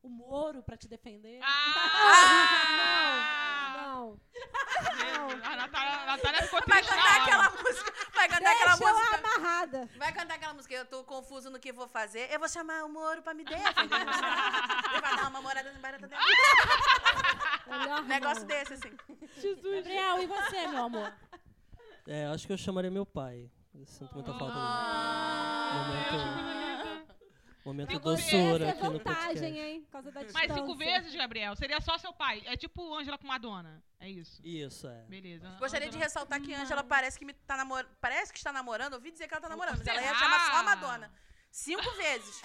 Speaker 4: O Moro pra te defender.
Speaker 1: Ah!
Speaker 3: Ah, Não.
Speaker 1: Deus, A Natália, a Natália ficou
Speaker 6: Vai
Speaker 1: triste
Speaker 6: cantar
Speaker 1: na hora.
Speaker 6: aquela música. Vai cantar aquela
Speaker 3: Deixa eu
Speaker 6: música.
Speaker 3: amarrada.
Speaker 6: Vai cantar aquela música. Eu tô confuso no que vou fazer. Eu vou chamar o Moro pra me defender. Ele vai dar uma morada no barata dela.
Speaker 1: Ah!
Speaker 3: Melhor
Speaker 6: Negócio
Speaker 3: não.
Speaker 6: desse, assim.
Speaker 5: Jesus.
Speaker 4: Gabriel, e você, meu amor?
Speaker 7: É, acho que eu chamaria meu pai. Eu sinto muita falta
Speaker 1: Ah,
Speaker 7: dele. Momento, momento
Speaker 3: Pra você, essa
Speaker 7: doçura
Speaker 3: é
Speaker 7: aqui no
Speaker 3: vantagem,
Speaker 7: podcast.
Speaker 3: hein? Por causa da
Speaker 1: Mais
Speaker 3: distância.
Speaker 1: cinco vezes, Gabriel. Seria só seu pai. É tipo Ângela com Madonna. É isso.
Speaker 7: Isso, é.
Speaker 1: Beleza.
Speaker 6: Gostaria de
Speaker 1: Ângela-
Speaker 6: ressaltar que Angela parece que me tá namor... parece que está namorando. Ouvi dizer que ela tá namorando, mas ela ia
Speaker 1: Será?
Speaker 6: chamar só a Madonna. Cinco vezes.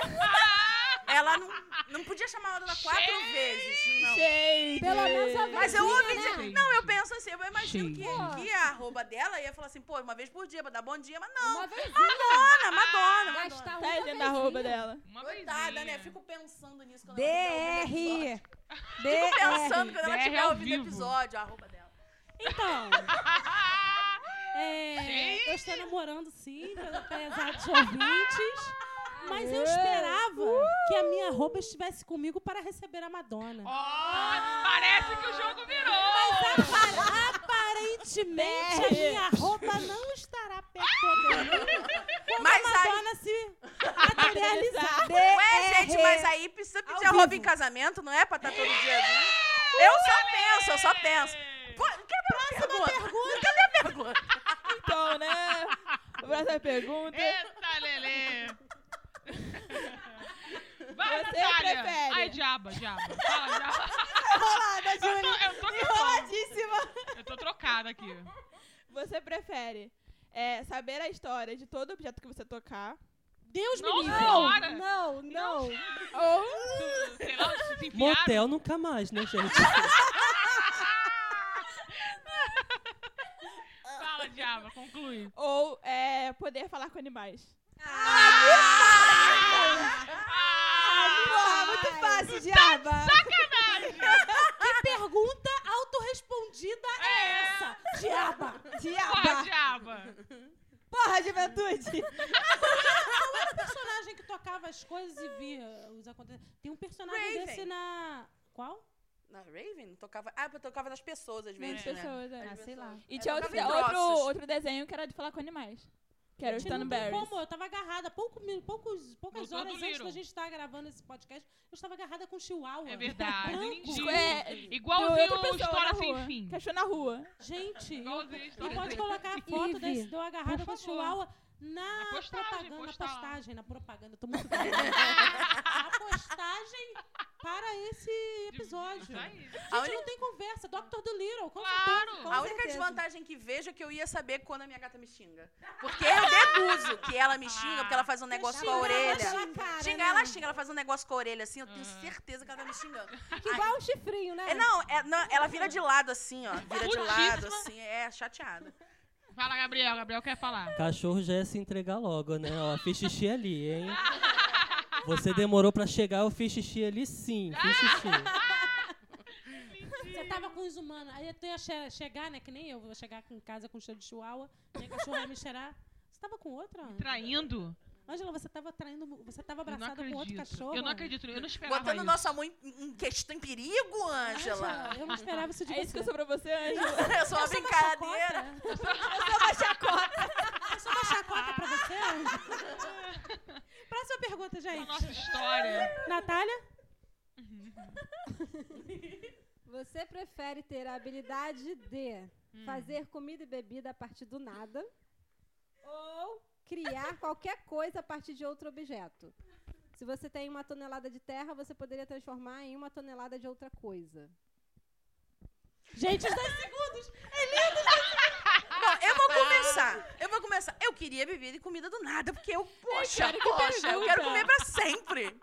Speaker 6: ela não, não podia chamar a Madonna quatro vezes. Não.
Speaker 5: Gente.
Speaker 3: Pelo menos a
Speaker 6: Mas eu ouvi
Speaker 1: é
Speaker 3: né?
Speaker 6: dizer. Não, eu penso assim, eu imagino que,
Speaker 3: Pô.
Speaker 6: que a arroba dela ia falar assim, pô, uma vez por dia pra dar bom dia, mas não.
Speaker 3: Uma vez Ah,
Speaker 6: Madonna, Madonna, Madonna.
Speaker 3: gastar uma
Speaker 5: Tadinha né, da roupa dela.
Speaker 1: Uma
Speaker 6: Coitada, né?
Speaker 1: vezinha.
Speaker 6: Fico pensando nisso quando ela tiver ouvindo o episódio. Fico
Speaker 1: Tipo,
Speaker 2: DR. DR.
Speaker 6: pensando quando ela
Speaker 1: DR
Speaker 6: tiver
Speaker 1: ao
Speaker 6: ouvindo o
Speaker 1: vivo.
Speaker 6: episódio, a arroba dela.
Speaker 4: Então. é, eu estou namorando sim, apesar de ouvintes. Mas eu esperava que a minha roupa estivesse comigo para receber a Madonna.
Speaker 1: Ó, parece que o jogo virou.
Speaker 4: Aparentemente, a minha roupa não estará perto dele.
Speaker 6: Mas
Speaker 4: A
Speaker 6: aí,
Speaker 4: Madonna se materializar.
Speaker 2: É,
Speaker 6: Ué, é, gente, mas aí precisa pedir a roupa em casamento, não é pra estar todo dia junto? é- Eu só penso, eu só penso. Pô, que próxima pergunta? Cadê a pergunta?
Speaker 5: Então, né? Próxima pergunta.
Speaker 1: Eita, Lelê. Vai,
Speaker 5: Você
Speaker 1: Natália.
Speaker 5: prefere?
Speaker 1: Ai, diaba, diaba. Fala, diaba. Eu tô, eu tô que tô. Eu tô trocada aqui.
Speaker 5: Você prefere é, saber a história de todo objeto que você tocar
Speaker 4: Deus me
Speaker 1: Nossa
Speaker 4: livre.
Speaker 1: senhora.
Speaker 3: Não, não.
Speaker 5: ou
Speaker 1: Sei lá, onde se enfiaram.
Speaker 7: Motel nunca mais, né, gente?
Speaker 1: Fala, diaba, conclui.
Speaker 5: ou é, poder falar com animais?
Speaker 1: Ah,
Speaker 2: Muito fácil, diaba.
Speaker 6: Tá
Speaker 4: Que pergunta autorrespondida é essa? Diaba!
Speaker 1: Porra,
Speaker 2: Diaba.
Speaker 1: diaba.
Speaker 2: Porra, juventude.
Speaker 4: personagem que tocava as coisas e via os acontecimentos. Tem um personagem
Speaker 6: Raven.
Speaker 4: desse na. Qual?
Speaker 6: Na Raven? Tocava... Ah, eu tocava nas pessoas às
Speaker 5: Nas
Speaker 6: vezes, né?
Speaker 5: pessoas, é.
Speaker 6: Nas
Speaker 2: Ah, sei lá.
Speaker 6: pessoas.
Speaker 5: E
Speaker 6: Eu
Speaker 5: tinha outro,
Speaker 6: tocava em
Speaker 5: outro,
Speaker 6: troços.
Speaker 5: outro desenho que era de falar com animais. Que era o
Speaker 4: Gente, não tem
Speaker 5: Stanberry.
Speaker 4: um como, eu tava agarrada. Pouco, mi- poucos, poucas
Speaker 1: Doutor
Speaker 4: horas antes
Speaker 1: Dolittle.
Speaker 4: da gente estar gravando esse podcast, eu estava agarrada com chihuahua.
Speaker 1: É verdade,
Speaker 4: Branco.
Speaker 1: lindíssimo.
Speaker 5: É,
Speaker 1: Igualzinho
Speaker 5: outra
Speaker 1: o
Speaker 5: pessoa
Speaker 1: História
Speaker 5: na
Speaker 1: Sem
Speaker 5: rua.
Speaker 1: Fim.
Speaker 5: Cachorro na rua.
Speaker 4: Gente, eu-
Speaker 1: Igualzinho a
Speaker 4: e
Speaker 1: História
Speaker 4: pode
Speaker 1: Sem
Speaker 4: colocar a foto
Speaker 3: Ive,
Speaker 4: desse, de eu agarrada
Speaker 1: por
Speaker 4: com a
Speaker 1: favor.
Speaker 4: chihuahua na
Speaker 1: Na postagem,
Speaker 4: propaganda,
Speaker 1: postar lá.
Speaker 4: na postagem, na propaganda. Eu tô muito A postagem para esse episódio.
Speaker 1: Isso aí.
Speaker 4: Gente, não tem conversa. Dr. Dolittle, com
Speaker 1: Claro.
Speaker 4: certeza.
Speaker 6: A única desvantagem que vejo é que eu ia saber quando a minha gata me xinga. Porque eu deduzo que ela me xinga, porque ela faz um negócio com a
Speaker 4: xingar,
Speaker 6: orelha.
Speaker 4: ela cara,
Speaker 2: né?
Speaker 6: Xingar, ela xinga, ela faz um negócio com a orelha, assim, eu tenho certeza que ela tá me xingando.
Speaker 3: Igual o chifrinho, né?
Speaker 6: É, não, é- não, ela vira de lado assim, ó. Vira de lado,
Speaker 1: Putíssima.
Speaker 6: assim, é chateada.
Speaker 1: Fala, Gabriel. Gabriel quer falar.
Speaker 7: Cachorro já ia se entregar logo, né? Ó, fiz xixi ali, hein? Você demorou pra chegar, eu fiz xixi ali sim, fiz xixi.
Speaker 4: Você tava com os humanos. Aí eu ia che- chegar, né? Que nem eu vou chegar em casa com cheiro de chihuahua. Minha cachorra ia me cheirar. Você tava com outra? Ângela?
Speaker 1: Traindo?
Speaker 4: Ângela, você tava traindo. Você tava
Speaker 1: Eu não
Speaker 4: abraçada com outro
Speaker 1: acredito.
Speaker 4: cachorro.
Speaker 1: Eu não acredito. Eu não esperava
Speaker 6: Botando
Speaker 1: isso.
Speaker 6: nosso amor em, em questão em perigo, Ângela.
Speaker 4: Ângela, Eu não esperava isso de
Speaker 5: É
Speaker 4: você.
Speaker 5: isso que eu
Speaker 2: tipo
Speaker 5: sou pra você, Ângela.
Speaker 6: É só uma brincadeira.
Speaker 4: Eu sou uma chacota. Eu sou uma chacota pra você, Ângela. Próxima pergunta,
Speaker 1: A
Speaker 4: gente.
Speaker 1: nossa história.
Speaker 4: Natália?
Speaker 3: prefere ter a habilidade de
Speaker 1: Hum.
Speaker 3: fazer comida e bebida a partir do nada ou criar qualquer coisa a partir de outro objeto? Se você tem uma tonelada de terra, você poderia transformar em uma tonelada de outra coisa.
Speaker 4: Gente,
Speaker 2: é-
Speaker 4: os 10 segundos!
Speaker 6: Bom, eu vou começar. Eu vou começar. Eu queria bebida e comida do nada, porque eu, poxa,
Speaker 5: quero que
Speaker 6: poxa, eu quero
Speaker 5: pergunta.
Speaker 6: comer pra sempre.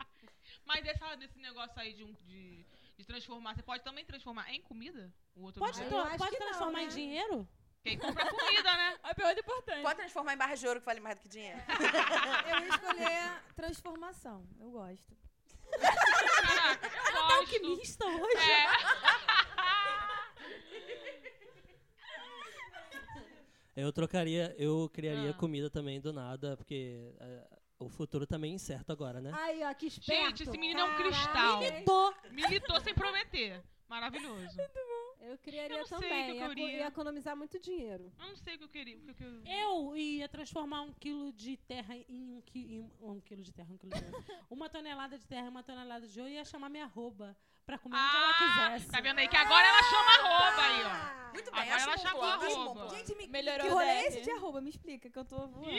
Speaker 1: Mas essa, desse negócio aí de, um- de, de transformar, você pode também transformar em comida? O outro
Speaker 4: Pode,
Speaker 3: Ai,
Speaker 1: objeto?
Speaker 3: eu
Speaker 4: tra-
Speaker 3: acho
Speaker 4: pode
Speaker 3: que não,
Speaker 4: transformar
Speaker 3: né?
Speaker 4: em dinheiro?
Speaker 1: Quem compra comida, né?
Speaker 5: A pergunta importante.
Speaker 6: Pode transformar em barra de ouro que vale mais do que dinheiro.
Speaker 2: Eu ia escolher a transformação. Eu gosto.
Speaker 1: Caraca, eu gosto.
Speaker 4: Alquimista hoje?
Speaker 1: É,
Speaker 7: Eu trocaria, eu criaria
Speaker 1: Ah.
Speaker 7: comida também do nada, porque eh, o futuro também é incerto agora,
Speaker 1: Ah,
Speaker 7: né?
Speaker 3: Aí, ó, que esperto. tá?
Speaker 1: Gente, esse menino é um cristal.
Speaker 3: hein?
Speaker 4: Tô.
Speaker 1: militou sem prometer. Maravilhoso.
Speaker 3: Eu
Speaker 1: Eu
Speaker 3: criaria
Speaker 1: não sei o que
Speaker 3: também.
Speaker 1: eu
Speaker 3: ia co-
Speaker 1: queria.
Speaker 3: ia economizar muito dinheiro.
Speaker 1: Eu não sei o que eu queria. O que eu queria.
Speaker 4: Eu ia transformar um quilo de terra em um, qui em um um quilo de terra, um quilo de ouro. Uma tonelada de terra, uma tonelada de ouro e ia chamar minha arroba pra comer onde ela quisesse.
Speaker 1: tá vendo aí que agora ela chama arroba aí, ó.
Speaker 6: Muito bem,
Speaker 1: Agora
Speaker 6: acho
Speaker 1: ela
Speaker 6: um bom
Speaker 1: chamou
Speaker 6: plano,
Speaker 1: a
Speaker 6: acho um
Speaker 1: roupa.
Speaker 6: bom plano.
Speaker 2: Gente, me,
Speaker 5: Melhorou
Speaker 2: que
Speaker 5: o
Speaker 2: rolê é
Speaker 5: deck.
Speaker 2: esse de arroba? Me explica, que eu tô voando.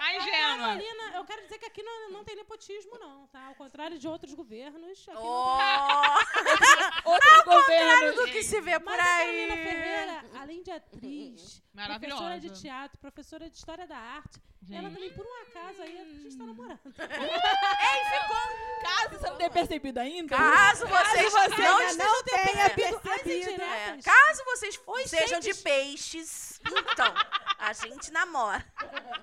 Speaker 1: A ingênua.
Speaker 4: Carolina, eu quero dizer que aqui não, não tem nepotismo, não, tá? Ao contrário de outros governos, aqui não tem.
Speaker 6: Oh,
Speaker 5: Outro governo.
Speaker 6: do que se vê por
Speaker 4: Mas a Carolina
Speaker 6: aí.
Speaker 4: Ferreira, além de atriz,
Speaker 1: Maravilhosa.
Speaker 4: professora de teatro, professora de história da arte, ela
Speaker 1: Gente.
Speaker 4: também, por um acaso, aí a gente tá namorando.
Speaker 9: Caso você não tenha percebido ainda.
Speaker 6: Caso vocês não
Speaker 9: ainda
Speaker 6: estejam
Speaker 9: tenha
Speaker 4: As
Speaker 1: então,
Speaker 9: percebido.
Speaker 6: É,
Speaker 4: indiretas.
Speaker 6: Caso vocês sejam de peixes, então, a gente namora.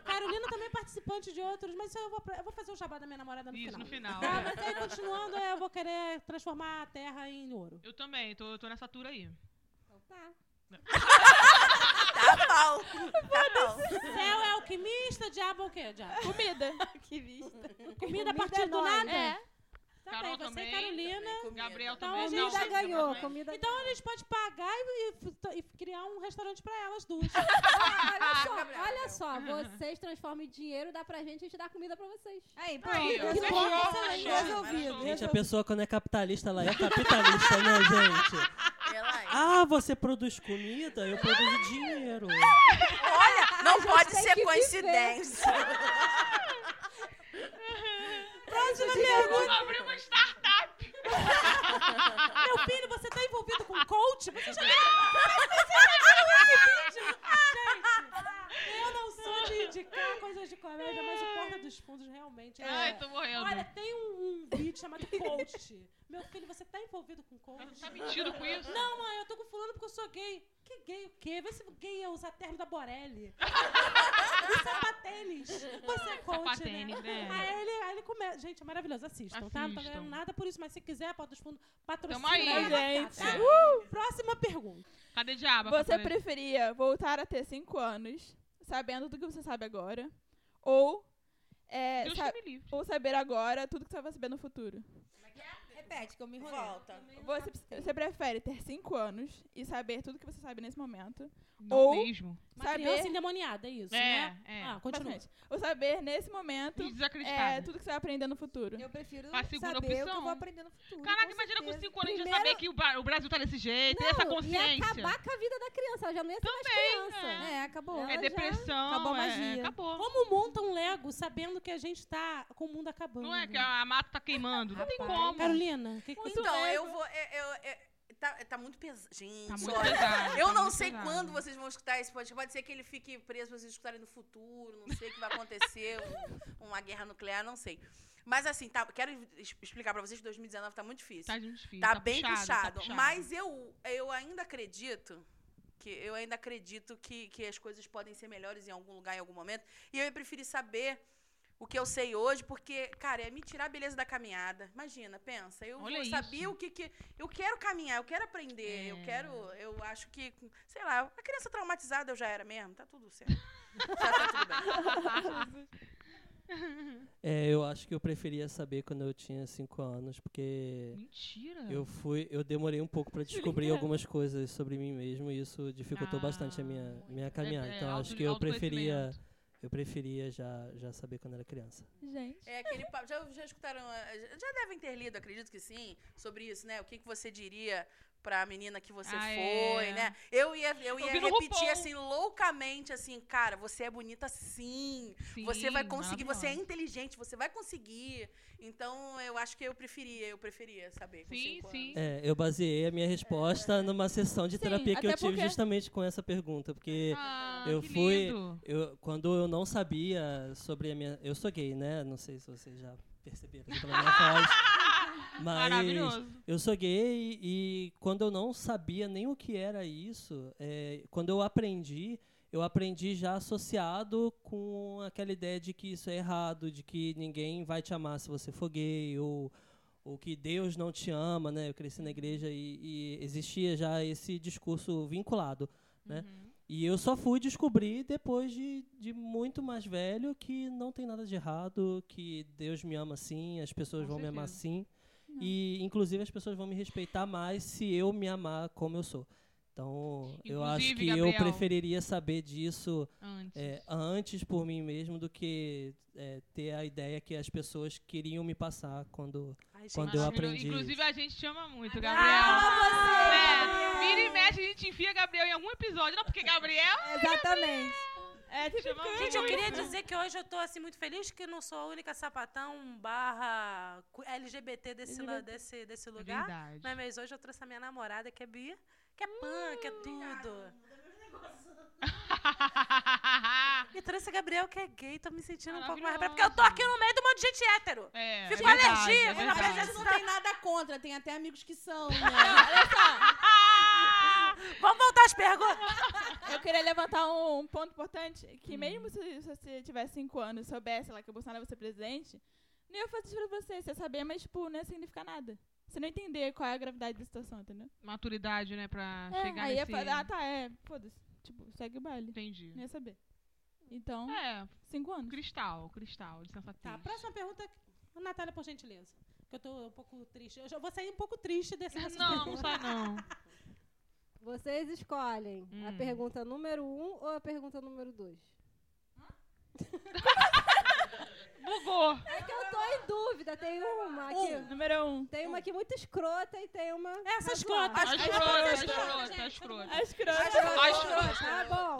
Speaker 4: Carolina também é participante de outros, mas isso eu vou, pra- eu vou fazer o jabá da minha namorada no
Speaker 1: Isso,
Speaker 4: final.
Speaker 1: no final.
Speaker 4: Tá,
Speaker 1: é.
Speaker 4: mas aí continuando, é, eu vou querer transformar a terra em ouro.
Speaker 1: Eu também, tô, tô nessa tour aí.
Speaker 6: Tá bom. Tá bom.
Speaker 4: Céu é alquimista, diabo é o quê? Diabo?
Speaker 5: Comida.
Speaker 2: Ah,
Speaker 4: Comida a partir do nada? Tá
Speaker 1: Carol
Speaker 4: bem, você
Speaker 1: também.
Speaker 4: e Carolina.
Speaker 3: Né?
Speaker 4: Gabriel Então,
Speaker 1: também.
Speaker 4: a
Speaker 1: não, é.
Speaker 4: gente
Speaker 3: Comida
Speaker 1: Gabriel
Speaker 3: ganhou.
Speaker 1: também.
Speaker 3: Comida
Speaker 4: Então a gente pode pagar e, e- e criar um restaurante pra elas duas.
Speaker 1: Ah,
Speaker 3: Olha só, olha só, vocês transformam em dinheiro, dá pra gente, a gente dá comida pra vocês.
Speaker 2: Aí, pronto.
Speaker 1: Aí, ó,
Speaker 2: que
Speaker 1: fechou,
Speaker 2: bom.
Speaker 1: fechou.
Speaker 2: Resolvido.
Speaker 1: Maravilhoso.
Speaker 7: Gente, a pessoa quando é capitalista, ela é capitalista, né, gente? Ah, você produz comida, eu produzo dinheiro.
Speaker 6: Olha, não pode
Speaker 3: tem que
Speaker 6: ser
Speaker 3: viver.
Speaker 6: coincidência.
Speaker 1: Vamos abrir uma startup.
Speaker 4: Meu filho, você tá envolvido com coach? Você já Gente, eu não sou de indicar coisas de comédia, mas o Porta dos Fundos realmente é.
Speaker 1: Ai, tô morrendo.
Speaker 4: Olha, tem um, um vídeo chamado coach. Meu filho, você tá envolvido com
Speaker 1: Mas você
Speaker 4: coach?
Speaker 1: tá mentindo com isso?
Speaker 4: Não, mãe, eu tô com fulano porque eu sou gay. Que gay o quê? Vê se gay é usar terno da Borelli. E sapatênis. Você é coach,
Speaker 1: Sapatênis,
Speaker 4: né?
Speaker 1: né?
Speaker 4: Aí ele, aí ele começa... Gente, é maravilhoso. Assistam, tá? Não tô
Speaker 1: Assistam.
Speaker 4: ganhando nada por isso, mas se quiser, Porta dos Fundos, patrocina.
Speaker 1: Tamo aí,
Speaker 4: a batata.
Speaker 9: gente.
Speaker 4: Próxima pergunta.
Speaker 1: Cadê diabo?
Speaker 5: Você
Speaker 1: Cadê-
Speaker 5: preferia voltar a ter 5 anos, sabendo tudo que você sabe agora, ou, é,
Speaker 1: Deus
Speaker 5: sa-
Speaker 1: que me livre.
Speaker 5: ou saber agora tudo que você vai saber no futuro?
Speaker 2: Repete, que eu me enrolei.
Speaker 6: Volta.
Speaker 5: Você, você prefere ter 5 anos e saber tudo que você sabe nesse momento,
Speaker 1: Não
Speaker 5: Ou-
Speaker 1: mesmo.
Speaker 4: Uma
Speaker 5: Saber-
Speaker 4: criança endemoniada, é isso,
Speaker 1: É,
Speaker 4: né?
Speaker 1: é.
Speaker 4: Ah, continua.
Speaker 5: Basicamente. ou saber nesse momento
Speaker 1: Tudo
Speaker 5: é,
Speaker 1: desacreditado.
Speaker 5: tudo que você vai aprender no futuro?
Speaker 2: Eu prefiro
Speaker 1: A segunda
Speaker 2: saber o que eu
Speaker 1: opção.
Speaker 2: vou aprender no futuro.
Speaker 1: Caraca,
Speaker 2: com
Speaker 1: imagina com
Speaker 2: certeza.
Speaker 1: 5 anos já
Speaker 3: Primeiro-
Speaker 1: saber que o, Ba- o Brasil tá desse jeito, tem
Speaker 3: Não,
Speaker 1: essa
Speaker 3: Ia
Speaker 1: consciência.
Speaker 3: acabar com a vida da criança, ela já não ia ser mais criança.
Speaker 1: né?
Speaker 2: É, acabou.
Speaker 3: Ela
Speaker 1: É
Speaker 3: já-
Speaker 1: depressão,
Speaker 2: acabou a
Speaker 1: é-
Speaker 2: magia.
Speaker 1: acabou.
Speaker 4: Como monta um Lego sabendo que a gente tá com o mundo acabando?
Speaker 1: Não é que a mata tá queimando, não tem como.
Speaker 4: Carolina, o que, que tu
Speaker 6: Então, eu vou. Eu, eu- eu- tá, tá muito pesado. Gente,
Speaker 1: Tá muito
Speaker 6: olha.
Speaker 1: pesado.
Speaker 6: Eu
Speaker 1: tá
Speaker 6: não
Speaker 1: muito
Speaker 6: sei
Speaker 1: pesado.
Speaker 6: quando vocês vão escutar esse podcast. Pode ser que ele fique preso pra vocês escutarem no futuro. Não sei o que vai acontecer. um- uma guerra nuclear, não sei. Mas assim, tá, quero es- explicar pra vocês que 2019 tá muito difícil.
Speaker 1: Tá difícil.
Speaker 6: Tá, bem
Speaker 1: puxado,
Speaker 6: puxado,
Speaker 1: tá puxado.
Speaker 6: Mas eu, eu ainda acredito que eu ainda acredito que, que as coisas podem ser melhores em algum lugar, em algum momento. E eu prefiro saber o que eu sei hoje, porque, cara, é me tirar a beleza da caminhada. Imagina, pensa. Eu
Speaker 1: Olha
Speaker 6: vou-
Speaker 1: isso.
Speaker 6: sabia o que, que. Eu quero caminhar, eu quero aprender. Eu
Speaker 1: É.
Speaker 6: quero. Eu acho que. Sei lá, a criança traumatizada eu já era mesmo. Tá tudo certo. Já tá tudo bem.
Speaker 7: É, eu acho que eu preferia saber quando eu tinha 5 anos, porque
Speaker 1: Mentira.
Speaker 7: eu fui, eu demorei um pouco pra descobrir algumas coisas sobre mim mesmo e isso dificultou
Speaker 1: Ah,
Speaker 7: bastante a minha minha caminhada.
Speaker 1: É, é,
Speaker 7: Então acho
Speaker 1: auto-
Speaker 7: que eu preferia
Speaker 1: autoconhecimento.
Speaker 7: Eu preferia já, já saber quando era criança.
Speaker 5: Gente.
Speaker 6: É aquele papo. Já, já escutaram. eh, Já devem ter lido, acredito que sim, sobre isso, né? O que, que você diria pra menina que você
Speaker 1: Ah,
Speaker 6: foi,
Speaker 1: é.
Speaker 6: né? Eu ia, eu
Speaker 1: Eu
Speaker 6: ia
Speaker 1: vi no
Speaker 6: repetir
Speaker 1: RuPaul.
Speaker 6: assim, loucamente, assim, cara, você é bonita sim. você vai conseguir, você é inteligente, você vai conseguir. Então, eu acho que eu preferia, eu preferia saber. com
Speaker 1: Sim,
Speaker 6: cinco
Speaker 1: sim.
Speaker 7: É, eu baseei a minha resposta numa sessão de
Speaker 5: Sim,
Speaker 7: terapia que eu
Speaker 5: até
Speaker 7: tive
Speaker 5: porque-
Speaker 7: justamente com essa pergunta, porque
Speaker 1: Ah,
Speaker 7: Eu
Speaker 1: que
Speaker 7: fui-
Speaker 1: lindo.
Speaker 7: Eu, quando eu não sabia sobre a minha. Eu sou gay, né? Não sei se vocês já perceberam aqui pela minha voz. Mas
Speaker 1: Maravilhoso.
Speaker 7: eu sou gay e quando eu não sabia nem o que era isso, é, quando eu aprendi, eu aprendi já associado com aquela ideia de que isso é errado, de que ninguém vai te amar se você for gay, ou, ou que Deus não te ama, né? Eu cresci na igreja e, e existia já esse discurso vinculado. né?
Speaker 1: Uhum.
Speaker 7: E eu só fui descobrir depois de, de muito mais velho que não tem nada de errado, que Deus me ama assim, as pessoas
Speaker 1: Com
Speaker 7: vão me amar
Speaker 1: certeza.
Speaker 7: assim. E, inclusive, as pessoas vão me respeitar mais se eu me amar como eu sou. Então, eu acho
Speaker 1: Inclusive,
Speaker 7: que eu
Speaker 1: Gabriel.
Speaker 7: preferiria saber disso
Speaker 1: Antes.
Speaker 7: é, antes por mim mesmo do que é, ter a ideia que as pessoas queriam me passar quando.
Speaker 6: anos. Ai, gente,
Speaker 7: Quando eu
Speaker 1: Maravilhoso.
Speaker 7: aprendi
Speaker 1: Inclusive,
Speaker 7: isso.
Speaker 1: a gente chama
Speaker 6: Ah,
Speaker 1: muito, Gabriel. É, vira e mexe, a gente enfia Gabriel em algum episódio. Não, porque Gabriel
Speaker 3: Exatamente.
Speaker 5: É, tipo,
Speaker 1: chama muito.
Speaker 6: Gente, eu queria dizer que hoje eu tô assim muito feliz que eu não sou a única sapatão barra cu- LGBT desse, la- desse, desse
Speaker 1: É
Speaker 6: lugar.
Speaker 1: verdade.
Speaker 6: Mas, mas hoje eu trouxe a minha namorada, que é bi, que é pan,
Speaker 4: Hum,
Speaker 6: que é tudo. E trouxe a Gabriel, que é gay, tô me sentindo um pouco mais
Speaker 1: Maravilhoso.
Speaker 6: porque eu tô aqui no meio do monte de gente hétero.
Speaker 1: é,
Speaker 6: Fico
Speaker 1: é verdade,
Speaker 6: alergia,
Speaker 1: é
Speaker 6: fico na
Speaker 1: verdade.
Speaker 6: presença-
Speaker 2: A gente não tem nada contra, tem até amigos que são, né?
Speaker 1: Ah!
Speaker 6: Vamos voltar às perguntas.
Speaker 5: Eu queria levantar um, um ponto importante,
Speaker 1: Hum.
Speaker 5: que mesmo se, se você tivesse cinco anos e soubesse lá que o Bolsonaro ia ser presidente, nem eu fazer isso pra você. Você saber, mas tipo, não ia significar nada. Você não entender qual é a gravidade da situação, entendeu?
Speaker 6: um-
Speaker 1: Maturidade, né? Pra
Speaker 5: É,
Speaker 1: chegar
Speaker 5: aí
Speaker 1: nesse...
Speaker 5: ia falar, ah, tá, é, foda-se. Tipo, segue o baile.
Speaker 1: Entendi.
Speaker 5: Não ia saber. Então,
Speaker 1: É,
Speaker 5: cinco anos.
Speaker 1: cristal, cristal, de sensatez.
Speaker 4: Tá, próxima pergunta, Natália, por gentileza. Que eu tô um pouco triste. Eu já vou sair um pouco triste dessa dessa
Speaker 1: Não, não
Speaker 4: pergunta.
Speaker 1: sai não.
Speaker 3: Vocês escolhem
Speaker 1: Hum.
Speaker 3: a pergunta número um ou a pergunta número dois.
Speaker 1: Bugou.
Speaker 3: É que eu tô em dúvida. Tem uma aqui.
Speaker 5: Número um.
Speaker 3: Tem uma aqui muito escrota e tem uma.
Speaker 4: Essa
Speaker 3: razoável.
Speaker 4: escrota.
Speaker 1: Tá escroto, tá escroto, tá escroto.
Speaker 5: A escrota.
Speaker 3: Tá
Speaker 1: escrota.
Speaker 3: bom.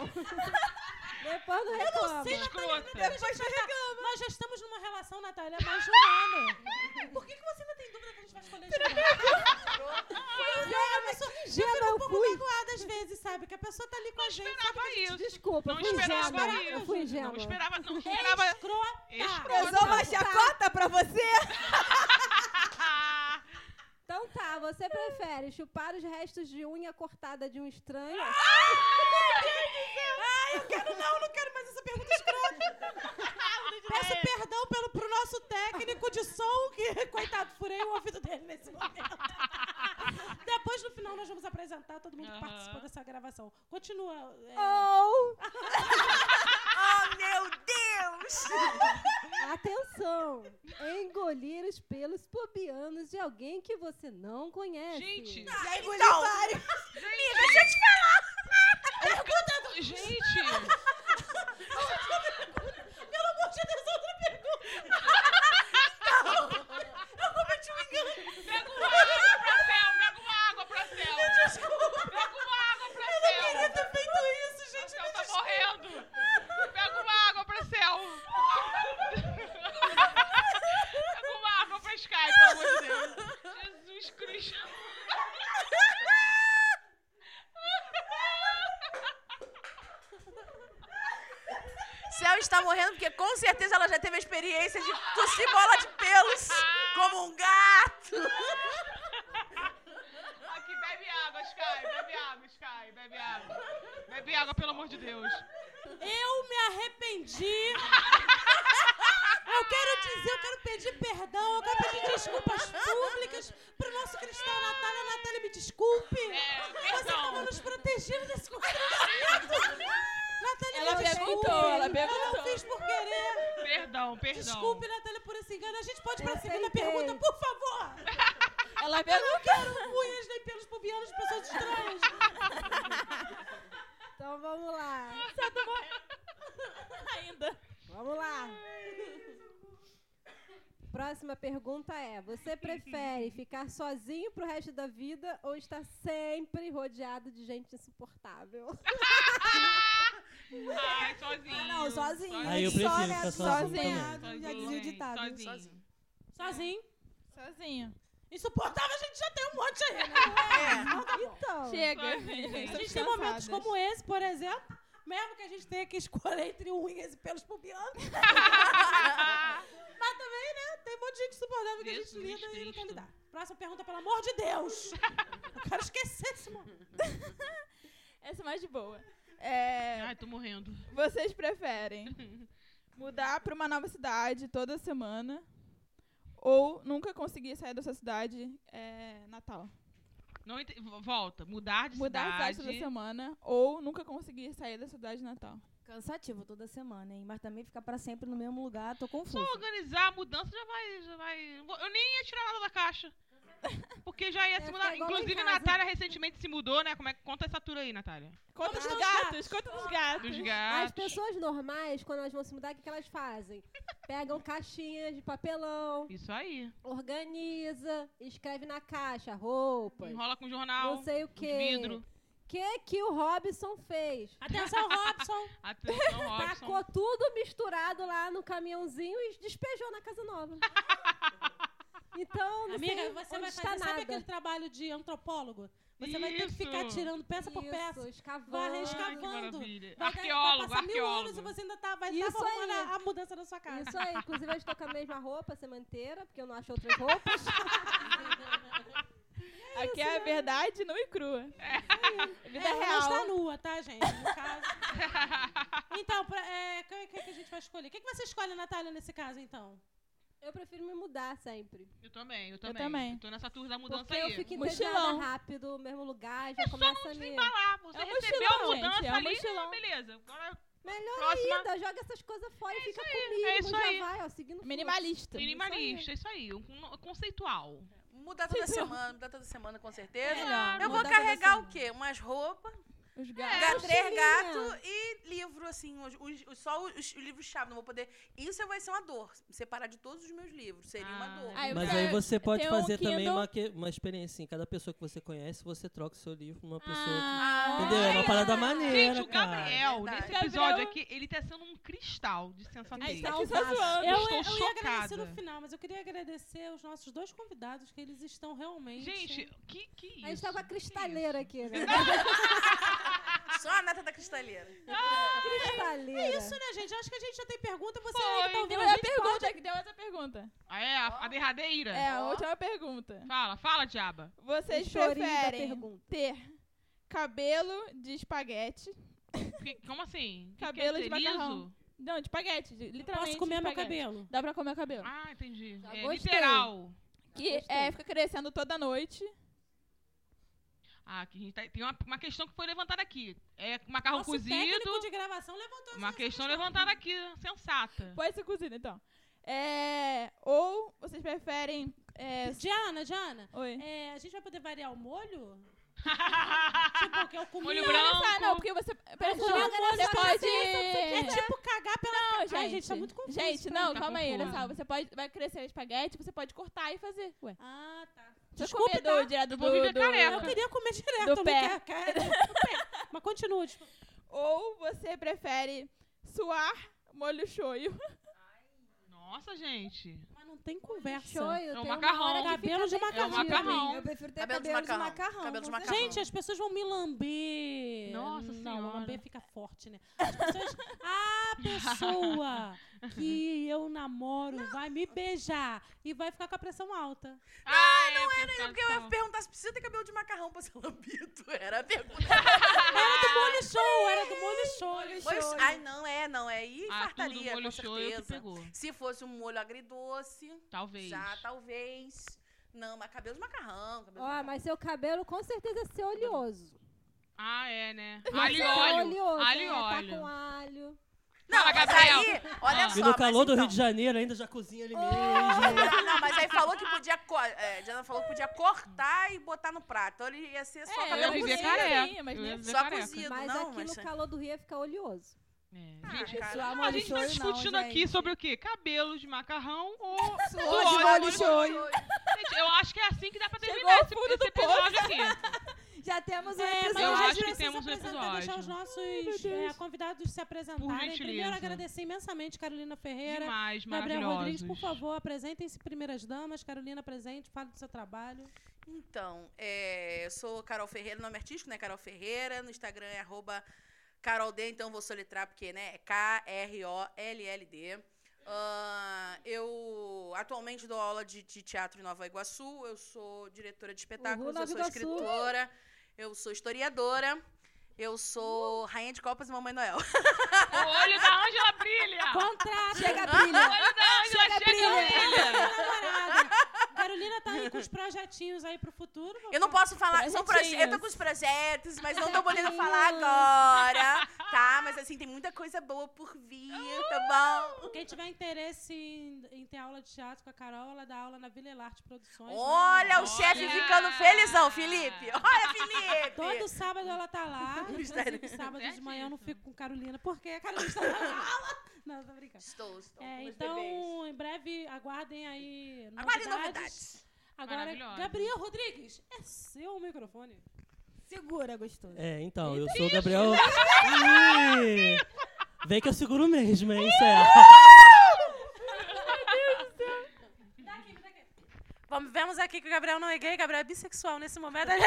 Speaker 3: Depois não reclama.
Speaker 1: Escrota.
Speaker 4: Nós já, nós já estamos numa relação, Natália, há mais de um ano. Por que, que você ainda tem dúvida que a gente vai escolher escrota? Pois é, eu sou
Speaker 3: Gema
Speaker 4: um
Speaker 3: ao
Speaker 4: pouco
Speaker 3: cu.
Speaker 4: magoada às vezes, sabe? Que a pessoa tá ali com a gente. sabe?
Speaker 1: Esperava isso.
Speaker 3: Desculpa,
Speaker 1: Não
Speaker 3: eu fui
Speaker 1: esperava
Speaker 3: ingênua.
Speaker 1: isso.
Speaker 3: Eu fui
Speaker 1: Não
Speaker 3: ingênua.
Speaker 1: esperava, não esperava.
Speaker 2: Pesou
Speaker 1: Escrota.
Speaker 2: uma
Speaker 3: tá.
Speaker 2: chacota pra você?
Speaker 1: Ah,
Speaker 3: Então tá, você prefere chupar os restos de unha cortada de um estranho?
Speaker 2: Ah!
Speaker 4: Não, não quero mais essa pergunta escrota. Peço perdão pelo, pro nosso técnico de som, que, coitado, furei o ouvido dele nesse momento. Depois, no final, nós vamos apresentar todo mundo que
Speaker 1: Aham.
Speaker 4: participou dessa gravação. Continua. é,
Speaker 3: Ou,
Speaker 6: Oh, meu Deus!
Speaker 3: atenção, engolir os pelos pubianos de alguém que você não conhece.
Speaker 1: Gente,
Speaker 4: Tá,
Speaker 2: Já engoli
Speaker 6: então.
Speaker 2: vários.
Speaker 1: gente.
Speaker 4: Pelo amor de Deus, outra pergunta.
Speaker 1: Pega uma água pra céu, pega uma água pra céu. Pega uma água pra céu. Eu não queria ter feito isso, gente. O céu tá morrendo. Pega uma água pra céu. Pega uma água pra Skype, pelo amor de Deus. Jesus Cristo.
Speaker 6: Céu está morrendo porque com certeza ela já teve a experiência de tossir bola de pelos como um gato.
Speaker 1: Aqui, bebe água, Sky. Bebe água, Sky. Bebe água. Bebe água, pelo amor de Deus.
Speaker 4: Eu me arrependi. Eu quero dizer, eu quero pedir perdão, eu quero pedir desculpas públicas pro nosso cristão Natália. Natália, me desculpe.
Speaker 1: É,
Speaker 4: Você estava
Speaker 1: perdão.
Speaker 4: nos protegendo desse constrangimento. Natália,
Speaker 5: Ela
Speaker 4: me desculpe.
Speaker 5: perguntou, ela
Speaker 4: Eu
Speaker 5: perguntou.
Speaker 4: não fiz por querer.
Speaker 1: Perdão, perdão.
Speaker 4: Desculpe, Natália, por esse engano. A gente pode ir pra
Speaker 3: Eu
Speaker 4: segunda
Speaker 3: tentei.
Speaker 4: pergunta, por favor.
Speaker 5: Ela pegou.
Speaker 4: Quero unhas nem pelos pubianos de pessoas estranhas.
Speaker 3: Então vamos lá.
Speaker 5: ainda.
Speaker 3: próxima pergunta é: você prefere ficar sozinho pro resto da vida ou estar sempre rodeado de gente insuportável?
Speaker 1: Ai, sozinho.
Speaker 2: Ah, não, sozinho.
Speaker 7: Aí eu tá prefiro
Speaker 2: Só,
Speaker 7: ficar
Speaker 2: né,
Speaker 7: sozinho
Speaker 2: sozinhado,
Speaker 1: também.
Speaker 2: Já dizia o ditado. né?
Speaker 1: Sozinho.
Speaker 6: Sozinho.
Speaker 4: Sozinho.
Speaker 5: Sozinho.
Speaker 4: Insuportável, a gente já tem um monte aí, né?
Speaker 7: É.
Speaker 3: Então,
Speaker 5: Chega.
Speaker 1: Sozinho.
Speaker 5: é gente,
Speaker 4: A gente tem
Speaker 5: tô
Speaker 4: momentos
Speaker 5: cansadas.
Speaker 4: como esse, por exemplo. Mesmo que a gente tenha que escolher entre unhas e pelos pubianos.
Speaker 1: Ah.
Speaker 4: Mas também, né? Tem um monte de gente insuportável que a
Speaker 1: Jesus
Speaker 4: gente lida e não quer
Speaker 1: Cristo.
Speaker 4: lidar. Próxima pergunta, pelo amor de Deus. Eu quero esquecer desse momento.
Speaker 5: Essa é mais de boa. É,
Speaker 1: Ai, tô morrendo.
Speaker 5: Vocês preferem mudar pra uma nova cidade toda semana ou nunca conseguir sair da sua cidade é, natal?
Speaker 1: Não ente- vo- Volta, mudar de
Speaker 5: Mudar a
Speaker 1: cidade.
Speaker 5: cidade toda semana ou nunca conseguir sair da cidade natal?
Speaker 2: Cansativo toda semana, hein? Mas também ficar pra sempre no mesmo lugar, tô
Speaker 1: Só
Speaker 2: confusa.
Speaker 1: organizar a mudança já vai, já vai. não vou- Eu nem ia tirar nada da caixa. Porque já ia se mudar.
Speaker 3: ficar igual lá em
Speaker 1: Inclusive, a
Speaker 3: casa.
Speaker 1: Natália recentemente se mudou, né? Como é... que- Conta essa tour aí, Natália.
Speaker 5: Conta dos gatos, conta dos gatos.
Speaker 1: Dos
Speaker 3: as
Speaker 1: gatos.
Speaker 3: pessoas normais, quando elas vão se mudar, o que, que elas fazem? Pegam caixinhas de papelão,
Speaker 1: Isso aí.
Speaker 3: organiza, escreve na caixa roupas,
Speaker 1: Enrola com jornal,
Speaker 3: não sei o
Speaker 1: com
Speaker 3: quê.
Speaker 1: vidro.
Speaker 3: que que o Robson fez?
Speaker 4: Atenção, Robson.
Speaker 1: Atenção, Robson.
Speaker 3: Tacou tudo misturado lá no caminhãozinho e despejou na casa nova. Então, não sei
Speaker 4: Amiga, você
Speaker 3: onde
Speaker 4: vai
Speaker 3: está
Speaker 4: fazer, sabe
Speaker 3: nada.
Speaker 4: aquele trabalho de antropólogo? Você vai ter que
Speaker 1: Isso.
Speaker 4: ficar tirando peça por peça.
Speaker 3: Isso, escavando.
Speaker 4: Vai arriscar
Speaker 1: Ai, que
Speaker 4: escavando.
Speaker 1: maravilha.
Speaker 4: Vai dar-
Speaker 1: Arqueólogo,
Speaker 4: vai passar mil anos
Speaker 1: arqueólogo.
Speaker 4: e você ainda tá, vai
Speaker 3: Isso
Speaker 4: estar formando
Speaker 3: aí.
Speaker 4: a- a mudança da sua casa.
Speaker 3: Isso aí, inclusive a gente tá com a mesma roupa a semana inteira, porque eu não acho outras roupas.
Speaker 5: Aqui é a verdade nua e crua. Vida
Speaker 4: É, ela não está
Speaker 5: real.
Speaker 4: nua, tá, gente? No caso. então, pra, é, o que, que que a gente vai escolher? O que, que você escolhe, Natália, nesse caso, então?
Speaker 3: Eu prefiro me mudar sempre.
Speaker 1: Eu também, eu também.
Speaker 5: também.
Speaker 1: Tô nessa tour da mudança
Speaker 3: Porque
Speaker 1: tá aí. É
Speaker 3: eu fico
Speaker 5: Mochilão.
Speaker 3: entediada rápido, no mesmo lugar, já começa a me...
Speaker 1: Ah, você
Speaker 5: É um
Speaker 1: recebeu
Speaker 5: mochilão,
Speaker 1: a mudança
Speaker 5: gente, é um
Speaker 1: ali,
Speaker 5: mochilão.
Speaker 1: beleza. Agora,
Speaker 3: Melhor
Speaker 1: próxima,
Speaker 3: ainda, joga essas coisas fora e fica comigo.
Speaker 1: é isso
Speaker 3: já
Speaker 1: aí.
Speaker 3: vai, ó, seguindo o fluxo.
Speaker 5: Minimalista.
Speaker 1: minimalista, isso aí. Um, um conceitual.
Speaker 6: Mudar
Speaker 7: Então.
Speaker 6: toda semana, mudar toda semana, com certeza.
Speaker 7: É.
Speaker 2: Melhor,
Speaker 6: Eu vou
Speaker 2: mudar toda
Speaker 6: carregar o
Speaker 2: semana.
Speaker 6: quê? Umas roupas,
Speaker 5: Os
Speaker 6: é,
Speaker 5: gatos.
Speaker 6: três
Speaker 3: mochilinha.
Speaker 6: gatos e livro, assim, os, os- os- só os, os livros-chave. Não vou poder. Isso vai ser uma dor. Separar de todos os meus livros. Seria uma
Speaker 1: Ah.
Speaker 6: dor.
Speaker 5: Ah, eu
Speaker 7: Mas
Speaker 5: quero-
Speaker 7: aí você pode
Speaker 5: tem um
Speaker 7: fazer também
Speaker 5: Kindle.
Speaker 7: uma, que- uma experiência assim. Cada pessoa que você conhece, você troca o seu livro pra uma pessoa.
Speaker 5: Ah,
Speaker 7: que- entendeu? É uma parada maneira,
Speaker 1: Gente, o
Speaker 7: cara.
Speaker 1: Gabriel,
Speaker 6: É
Speaker 1: né?
Speaker 6: Verdade.
Speaker 1: nesse
Speaker 5: Gabriel-
Speaker 1: episódio aqui, ele tá sendo um cristal de sensatez.
Speaker 5: Aí tá aqui só
Speaker 3: Salvaço.
Speaker 5: zoando.
Speaker 1: estou
Speaker 4: Eu, eu ia agradecer no
Speaker 1: chocada.
Speaker 4: final, mas eu queria agradecer os nossos dois convidados, que eles estão realmente.
Speaker 1: Gente, que, que isso?
Speaker 3: A gente tá com a
Speaker 1: Que isso? É
Speaker 3: cristaleira aqui, né?
Speaker 6: Só a nata da cristaleira.
Speaker 1: Então.
Speaker 3: cristaleira.
Speaker 4: É isso, né, gente? Eu acho que a gente já tem pergunta. Você
Speaker 1: Foi.
Speaker 4: aí que tá ouvindo
Speaker 5: Tem
Speaker 4: a
Speaker 5: outra
Speaker 4: gente
Speaker 5: pergunta,
Speaker 4: pode-
Speaker 5: que deu outra pergunta.
Speaker 1: Ah, é? A, a derradeira?
Speaker 5: É, a última pergunta.
Speaker 1: Fala, fala, diaba.
Speaker 5: Vocês
Speaker 3: O chorinho da
Speaker 5: preferem
Speaker 3: pergunta.
Speaker 5: ter cabelo de espaguete.
Speaker 1: Que- Como assim? Que
Speaker 5: Cabelo
Speaker 1: que é
Speaker 5: de
Speaker 1: ser
Speaker 5: macarrão.
Speaker 1: liso?
Speaker 5: Não, de espaguete. de- literalmente.
Speaker 4: Posso comer meu
Speaker 5: espaguete.
Speaker 4: cabelo.
Speaker 5: Dá pra comer o cabelo.
Speaker 1: Ah, entendi.
Speaker 3: Já
Speaker 1: É
Speaker 3: gostei.
Speaker 1: literal.
Speaker 5: que
Speaker 3: gostei.
Speaker 5: é, fica crescendo toda noite.
Speaker 1: Ah, que a gente tá- tem uma, uma questão que foi levantada aqui. É macarrão
Speaker 4: Nosso
Speaker 1: cozido.
Speaker 4: técnico de gravação levantou
Speaker 1: Uma questão levantada aqui, sensata.
Speaker 5: Pode ser cozido, então. É, ou vocês preferem. é,
Speaker 4: essa. Diana, Diana,
Speaker 5: oi.
Speaker 4: é, a gente vai poder variar o molho? tipo, que eu comi.
Speaker 1: Molho
Speaker 5: não, não, é
Speaker 1: branco.
Speaker 5: não, porque você. Peraí,
Speaker 4: joga
Speaker 5: não,
Speaker 4: na
Speaker 5: você
Speaker 4: sua
Speaker 5: pode.
Speaker 4: É tipo cagar pela
Speaker 5: Não,
Speaker 4: Ai, gente, tá muito confuso
Speaker 5: Gente,
Speaker 4: pra
Speaker 5: não,
Speaker 4: mim. Tá
Speaker 5: calma aí, olha
Speaker 1: confuso.
Speaker 5: só. Você pode, vai crescer o espaguete, você pode cortar e fazer. Ué.
Speaker 4: Ah, tá.
Speaker 5: Você
Speaker 4: Desculpe,
Speaker 5: comer
Speaker 4: tá?
Speaker 5: do, direto
Speaker 1: Eu
Speaker 5: do,
Speaker 1: vou viver
Speaker 5: do-
Speaker 1: careca.
Speaker 4: Eu queria comer direto.
Speaker 5: Do
Speaker 4: eu não
Speaker 5: pé.
Speaker 4: quero- quero- do pé. Mas continua, tipo,
Speaker 5: Ou você prefere suar molho shoyu.
Speaker 1: Nossa, gente.
Speaker 4: mas não tem conversa.
Speaker 3: Shoyu,
Speaker 1: É um
Speaker 3: tem uma
Speaker 1: macarrão.
Speaker 3: hora que
Speaker 4: Cabelo
Speaker 3: fica
Speaker 4: de
Speaker 1: macarrão. É
Speaker 3: bem
Speaker 1: um
Speaker 3: perdido.
Speaker 1: macarrão.
Speaker 2: Eu prefiro ter
Speaker 6: Cabelo
Speaker 2: cabelo,
Speaker 6: de
Speaker 2: de
Speaker 6: macarrão,
Speaker 2: macarrão.
Speaker 6: cabelo de
Speaker 2: com certeza.
Speaker 6: macarrão.
Speaker 4: Gente, as pessoas vão me lamber.
Speaker 1: Tá Nossa
Speaker 4: Não,
Speaker 1: Senhora.
Speaker 4: lamber fica forte, né? As pessoas... A pessoa que eu namoro vai me beijar e vai ficar com a pressão alta.
Speaker 1: Ah, é, não é,
Speaker 6: É porque eu ia perguntar se precisa ter cabelo de macarrão pra ser lambido. Era a pergunta.
Speaker 1: Ah,
Speaker 4: Era do molho show, era do molho show.
Speaker 6: Pois-
Speaker 3: né?
Speaker 6: ai, não é, não é. E
Speaker 1: Ah, tudo,
Speaker 6: fartaria,
Speaker 1: molho
Speaker 6: com
Speaker 1: show, eu
Speaker 6: certeza.
Speaker 1: pegou.
Speaker 6: Se fosse um molho agridoce,
Speaker 1: Talvez.
Speaker 6: já tá- talvez. Não, mas cabelo de macarrão. Cabelo de
Speaker 3: Ó, mas seu cabelo com certeza é ser oleoso.
Speaker 1: Ah, é, né? Alho e
Speaker 3: Ser
Speaker 1: óleo. Alho e
Speaker 3: né? Tá com
Speaker 1: óleo.
Speaker 3: alho.
Speaker 6: Não,
Speaker 1: Fala,
Speaker 6: mas
Speaker 1: Gabriel.
Speaker 6: aí, olha
Speaker 1: Ah.
Speaker 6: só.
Speaker 7: E no
Speaker 6: mas
Speaker 7: calor do
Speaker 6: então-
Speaker 7: Rio de Janeiro ainda já cozinha ali mesmo.
Speaker 6: Não, mas aí falou que podia. co- É, Diana falou que podia cortar e botar no prato. Então ele ia ser só
Speaker 5: É,
Speaker 1: Eu ia
Speaker 6: cabelo
Speaker 5: vi-
Speaker 1: viver
Speaker 5: cozinho
Speaker 6: cozido.
Speaker 1: careca.
Speaker 5: também, mas
Speaker 1: Eu ia
Speaker 5: nem-
Speaker 1: viver
Speaker 6: Só
Speaker 1: careca.
Speaker 6: cozido,
Speaker 3: Mas
Speaker 6: não,
Speaker 3: aqui
Speaker 6: mas.
Speaker 3: no calor do Rio fica oleoso.
Speaker 1: É,
Speaker 6: Ah,
Speaker 1: gente,
Speaker 6: cara,
Speaker 2: Suar
Speaker 1: a
Speaker 2: molho
Speaker 1: gente tá
Speaker 2: shoyu não,
Speaker 1: discutindo aqui
Speaker 2: gente.
Speaker 1: sobre o quê? Cabelo de macarrão ou
Speaker 2: Suor de molho shoyu.
Speaker 1: Gente, eu acho que é assim que dá pra
Speaker 5: Chegou
Speaker 1: terminar
Speaker 5: ao
Speaker 1: esse,
Speaker 5: fundo do
Speaker 1: esse episódio aqui.
Speaker 2: Já temos um
Speaker 4: é,
Speaker 1: mas
Speaker 2: episódio.
Speaker 1: eu acho que
Speaker 4: Vocês
Speaker 1: temos
Speaker 4: se
Speaker 1: um
Speaker 4: apresentam,
Speaker 1: episódio.
Speaker 4: Deixar os nossos eh, convidados se apresentarem. Primeiro,
Speaker 1: gentileza.
Speaker 4: agradecer imensamente Carolina Ferreira.
Speaker 1: Demais,
Speaker 4: Gabriel Rodrigues,
Speaker 1: maravilhosos.
Speaker 4: por favor, apresentem-se primeiras damas. Carolina, presente, fale do seu trabalho.
Speaker 6: Então, é, eu sou Carol Ferreira, nome artístico, né? Carol Ferreira. No Instagram é arroba Carol D, então eu vou soletrar porque, né? É K-R-O-L-L-D. Ah, eu atualmente dou aula de, de teatro em Nova Iguaçu. Eu sou diretora de espetáculos,
Speaker 3: Nova
Speaker 6: eu sou
Speaker 3: Iguaçu!
Speaker 6: escritora, eu sou historiadora, eu sou rainha de copas e mamãe Noel.
Speaker 1: O olho da Ângela brilha.
Speaker 4: Contrata!
Speaker 2: Chega,
Speaker 1: O
Speaker 2: brilha.
Speaker 1: olho da Ângela chega, brilha.
Speaker 4: namorada. Carolina tá aí com os projetinhos aí pro futuro.
Speaker 6: Eu não posso falar, são proje- eu tô com os projetos, mas não tô podendo falar agora, tá? Mas assim, tem muita coisa boa por vir, tá bom?
Speaker 4: Quem tiver interesse em, em ter aula de teatro com a Carol, ela dá aula na Vila Elarte Produções. né?
Speaker 6: Olha o chefe
Speaker 1: Olha!
Speaker 6: ficando felizão, Felipe. Olha, Felipe.
Speaker 4: Todo sábado ela tá lá. Inclusive, sábado de
Speaker 1: Certíssimo.
Speaker 4: manhã eu não fico com Carolina, porque a Carolina está na aula. Não, tô brincando.
Speaker 6: Estou, estou.
Speaker 4: É,
Speaker 6: com meus
Speaker 4: então,
Speaker 6: bebês.
Speaker 4: em breve, aguardem aí novidades.
Speaker 6: Aguardem novidades.
Speaker 4: Agora,
Speaker 1: Maravilhosa.
Speaker 4: Gabriel Rodrigues, é seu o microfone.
Speaker 2: Segura, gostoso.
Speaker 7: É, então, eu sou o Gabriel.
Speaker 1: né?
Speaker 7: Ih, Vem que eu seguro mesmo, hein, Céu?
Speaker 4: Vamos, vemos aqui que o Gabriel não é gay, Gabriel é bissexual nesse momento.
Speaker 3: Eu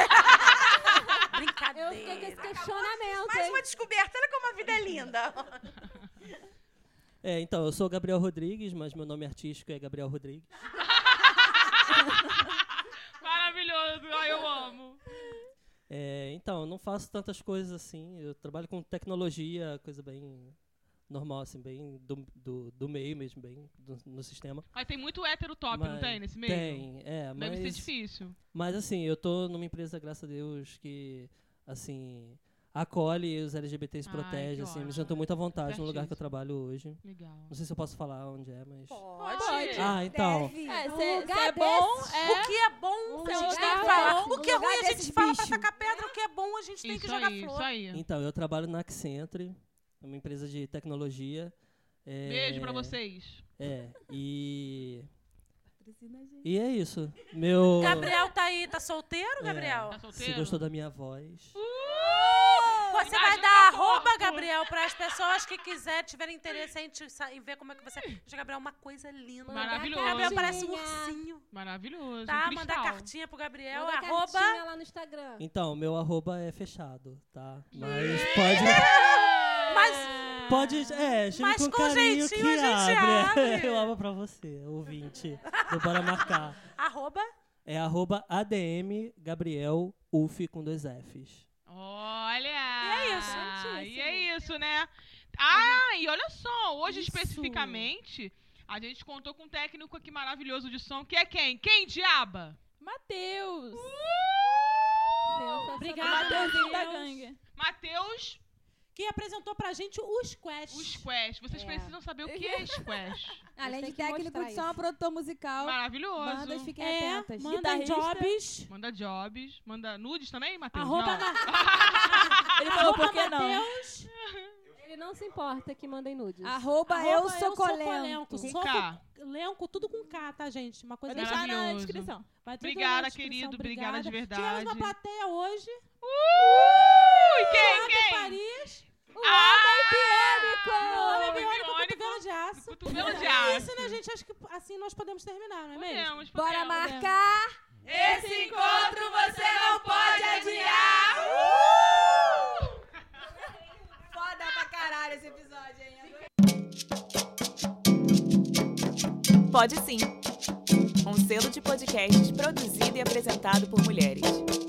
Speaker 3: fiquei com esse questionamento,
Speaker 6: Mais
Speaker 3: hein?
Speaker 6: uma descoberta, olha como a vida é linda.
Speaker 7: É, então, eu sou o Gabriel Rodrigues, mas meu nome artístico é Gabriel Rodrigues.
Speaker 1: Maravilhoso. Ai, eu amo.
Speaker 7: É, então, eu não faço tantas coisas assim. Eu trabalho com tecnologia, coisa bem normal, assim, bem do, do, do meio mesmo, bem do- no sistema.
Speaker 1: Mas tem muito hétero top, não
Speaker 7: Mas
Speaker 1: tem, nesse meio?
Speaker 7: Tem, é,
Speaker 1: Deve ser
Speaker 7: mas,
Speaker 1: difícil.
Speaker 7: mas assim, eu tô numa empresa, graças a Deus, que, assim, acolhe os LGBTs,
Speaker 1: Ai, que
Speaker 7: protege, assim, me
Speaker 1: ótimo.
Speaker 7: sinto muito à vontade no lugar que eu
Speaker 1: Certíssimo.
Speaker 7: trabalho hoje.
Speaker 1: Legal.
Speaker 7: Não sei se eu posso falar onde é, mas...
Speaker 1: Pode.
Speaker 7: Ah, então...
Speaker 5: É,
Speaker 3: Um
Speaker 5: se, se
Speaker 3: lugar
Speaker 5: é bom,
Speaker 3: desse.
Speaker 5: é.
Speaker 6: O que é bom,
Speaker 5: Um
Speaker 6: a gente tem
Speaker 5: lugar
Speaker 6: que falar.
Speaker 5: bom.
Speaker 6: O que é
Speaker 2: Um lugar
Speaker 6: ruim, a gente
Speaker 2: desses
Speaker 6: fala pra
Speaker 2: bicho.
Speaker 6: tacar pedra. O que é bom, a gente tem que
Speaker 1: Isso
Speaker 6: jogar
Speaker 1: aí, isso
Speaker 6: flor.
Speaker 1: aí.
Speaker 7: Então, eu trabalho na Accenture, é uma empresa de tecnologia. é,
Speaker 1: Beijo pra vocês.
Speaker 7: É, e. E é isso. Meu.
Speaker 6: Gabriel tá aí, tá solteiro,
Speaker 7: É.
Speaker 6: Gabriel?
Speaker 1: Tá
Speaker 7: Se
Speaker 1: solteiro?
Speaker 7: gostou da minha voz.
Speaker 6: Uh. Você
Speaker 1: Imagina
Speaker 6: vai dar
Speaker 1: que
Speaker 6: arroba,
Speaker 1: foto.
Speaker 6: Gabriel, para as pessoas que quiserem, tiverem interesse em, te sa- em ver como é que você. Gente, Gabriel, é uma coisa linda.
Speaker 3: Mandar
Speaker 1: Maravilhoso.
Speaker 6: Gabriel parece um
Speaker 3: cartinha.
Speaker 6: ursinho.
Speaker 1: Maravilhoso.
Speaker 6: Tá?
Speaker 1: um
Speaker 6: Mandar
Speaker 1: cristal.
Speaker 6: cartinha pro Gabriel.
Speaker 3: Manda
Speaker 6: arroba.
Speaker 3: É cartinha lá no Instagram.
Speaker 7: Então, meu arroba é fechado, tá? Mas pode.
Speaker 6: Mas
Speaker 7: Pode. É, chega
Speaker 6: Mas
Speaker 7: com
Speaker 6: com
Speaker 7: carinho que
Speaker 6: jeitinho a gente abre.
Speaker 7: Eu amo pra você, ouvinte. do Bora marcar.
Speaker 6: arroba.
Speaker 7: É arroba ADM Gabriel Uf com dois Fs.
Speaker 1: Olha!
Speaker 6: E é isso.
Speaker 1: E é isso, né? Ah, e olha só, hoje especificamente, a gente contou com um técnico aqui maravilhoso de som, que é quem? Quem, diaba?
Speaker 5: Matheus!
Speaker 3: Sensacional.
Speaker 4: Obrigada,
Speaker 5: Matheusinho da
Speaker 4: Matheus.
Speaker 5: gangue.
Speaker 1: Matheus,
Speaker 4: Que apresentou pra gente os quests.
Speaker 1: os Squash. Vocês
Speaker 3: É.
Speaker 1: precisam saber o que é Squash.
Speaker 2: Além
Speaker 3: tem
Speaker 2: de
Speaker 3: que
Speaker 2: técnico
Speaker 3: mostrar
Speaker 2: de som,
Speaker 3: isso.
Speaker 2: produtor musical.
Speaker 6: É,
Speaker 2: Bandas,
Speaker 1: Maravilhoso.
Speaker 2: fiquem
Speaker 4: É,
Speaker 2: atentas.
Speaker 4: mandem
Speaker 2: Guitarrista.
Speaker 4: jobs.
Speaker 1: Manda jobs, manda nudes também, Matheus?
Speaker 4: Arroba
Speaker 1: Não.
Speaker 5: Ele falou, por que não?
Speaker 4: Mateus,
Speaker 3: Ele não se importa que mandem nudes.
Speaker 2: Arroba, eu sou colento.
Speaker 1: Com
Speaker 4: Sou
Speaker 1: K.
Speaker 4: Lenco, tudo com K, tá, gente? Uma
Speaker 5: Vou
Speaker 4: coisa
Speaker 5: deixar na
Speaker 1: Maravilhoso.
Speaker 5: descrição.
Speaker 4: Vai tudo
Speaker 1: assim. Obrigada,
Speaker 4: na descrição.
Speaker 1: querido, obrigada de verdade.
Speaker 4: Tivemos uma plateia hoje.
Speaker 1: Uh, quem,
Speaker 4: Fábio
Speaker 1: quem?
Speaker 4: Farias.
Speaker 1: Ah,
Speaker 4: Olha, Bione com
Speaker 1: Biônico.
Speaker 4: cotovelo de aço.
Speaker 1: Cotovelo de
Speaker 4: É
Speaker 1: aço.
Speaker 4: isso, né, gente? Acho que assim nós podemos terminar, não é mesmo?
Speaker 1: Podemos,
Speaker 2: Bora
Speaker 1: podemos.
Speaker 2: marcar.
Speaker 1: É, Esse encontro você não pode adiar.
Speaker 2: Foda pra caralho esse episódio, hein?
Speaker 9: Pode sim. Um selo de podcasts produzido e apresentado por mulheres.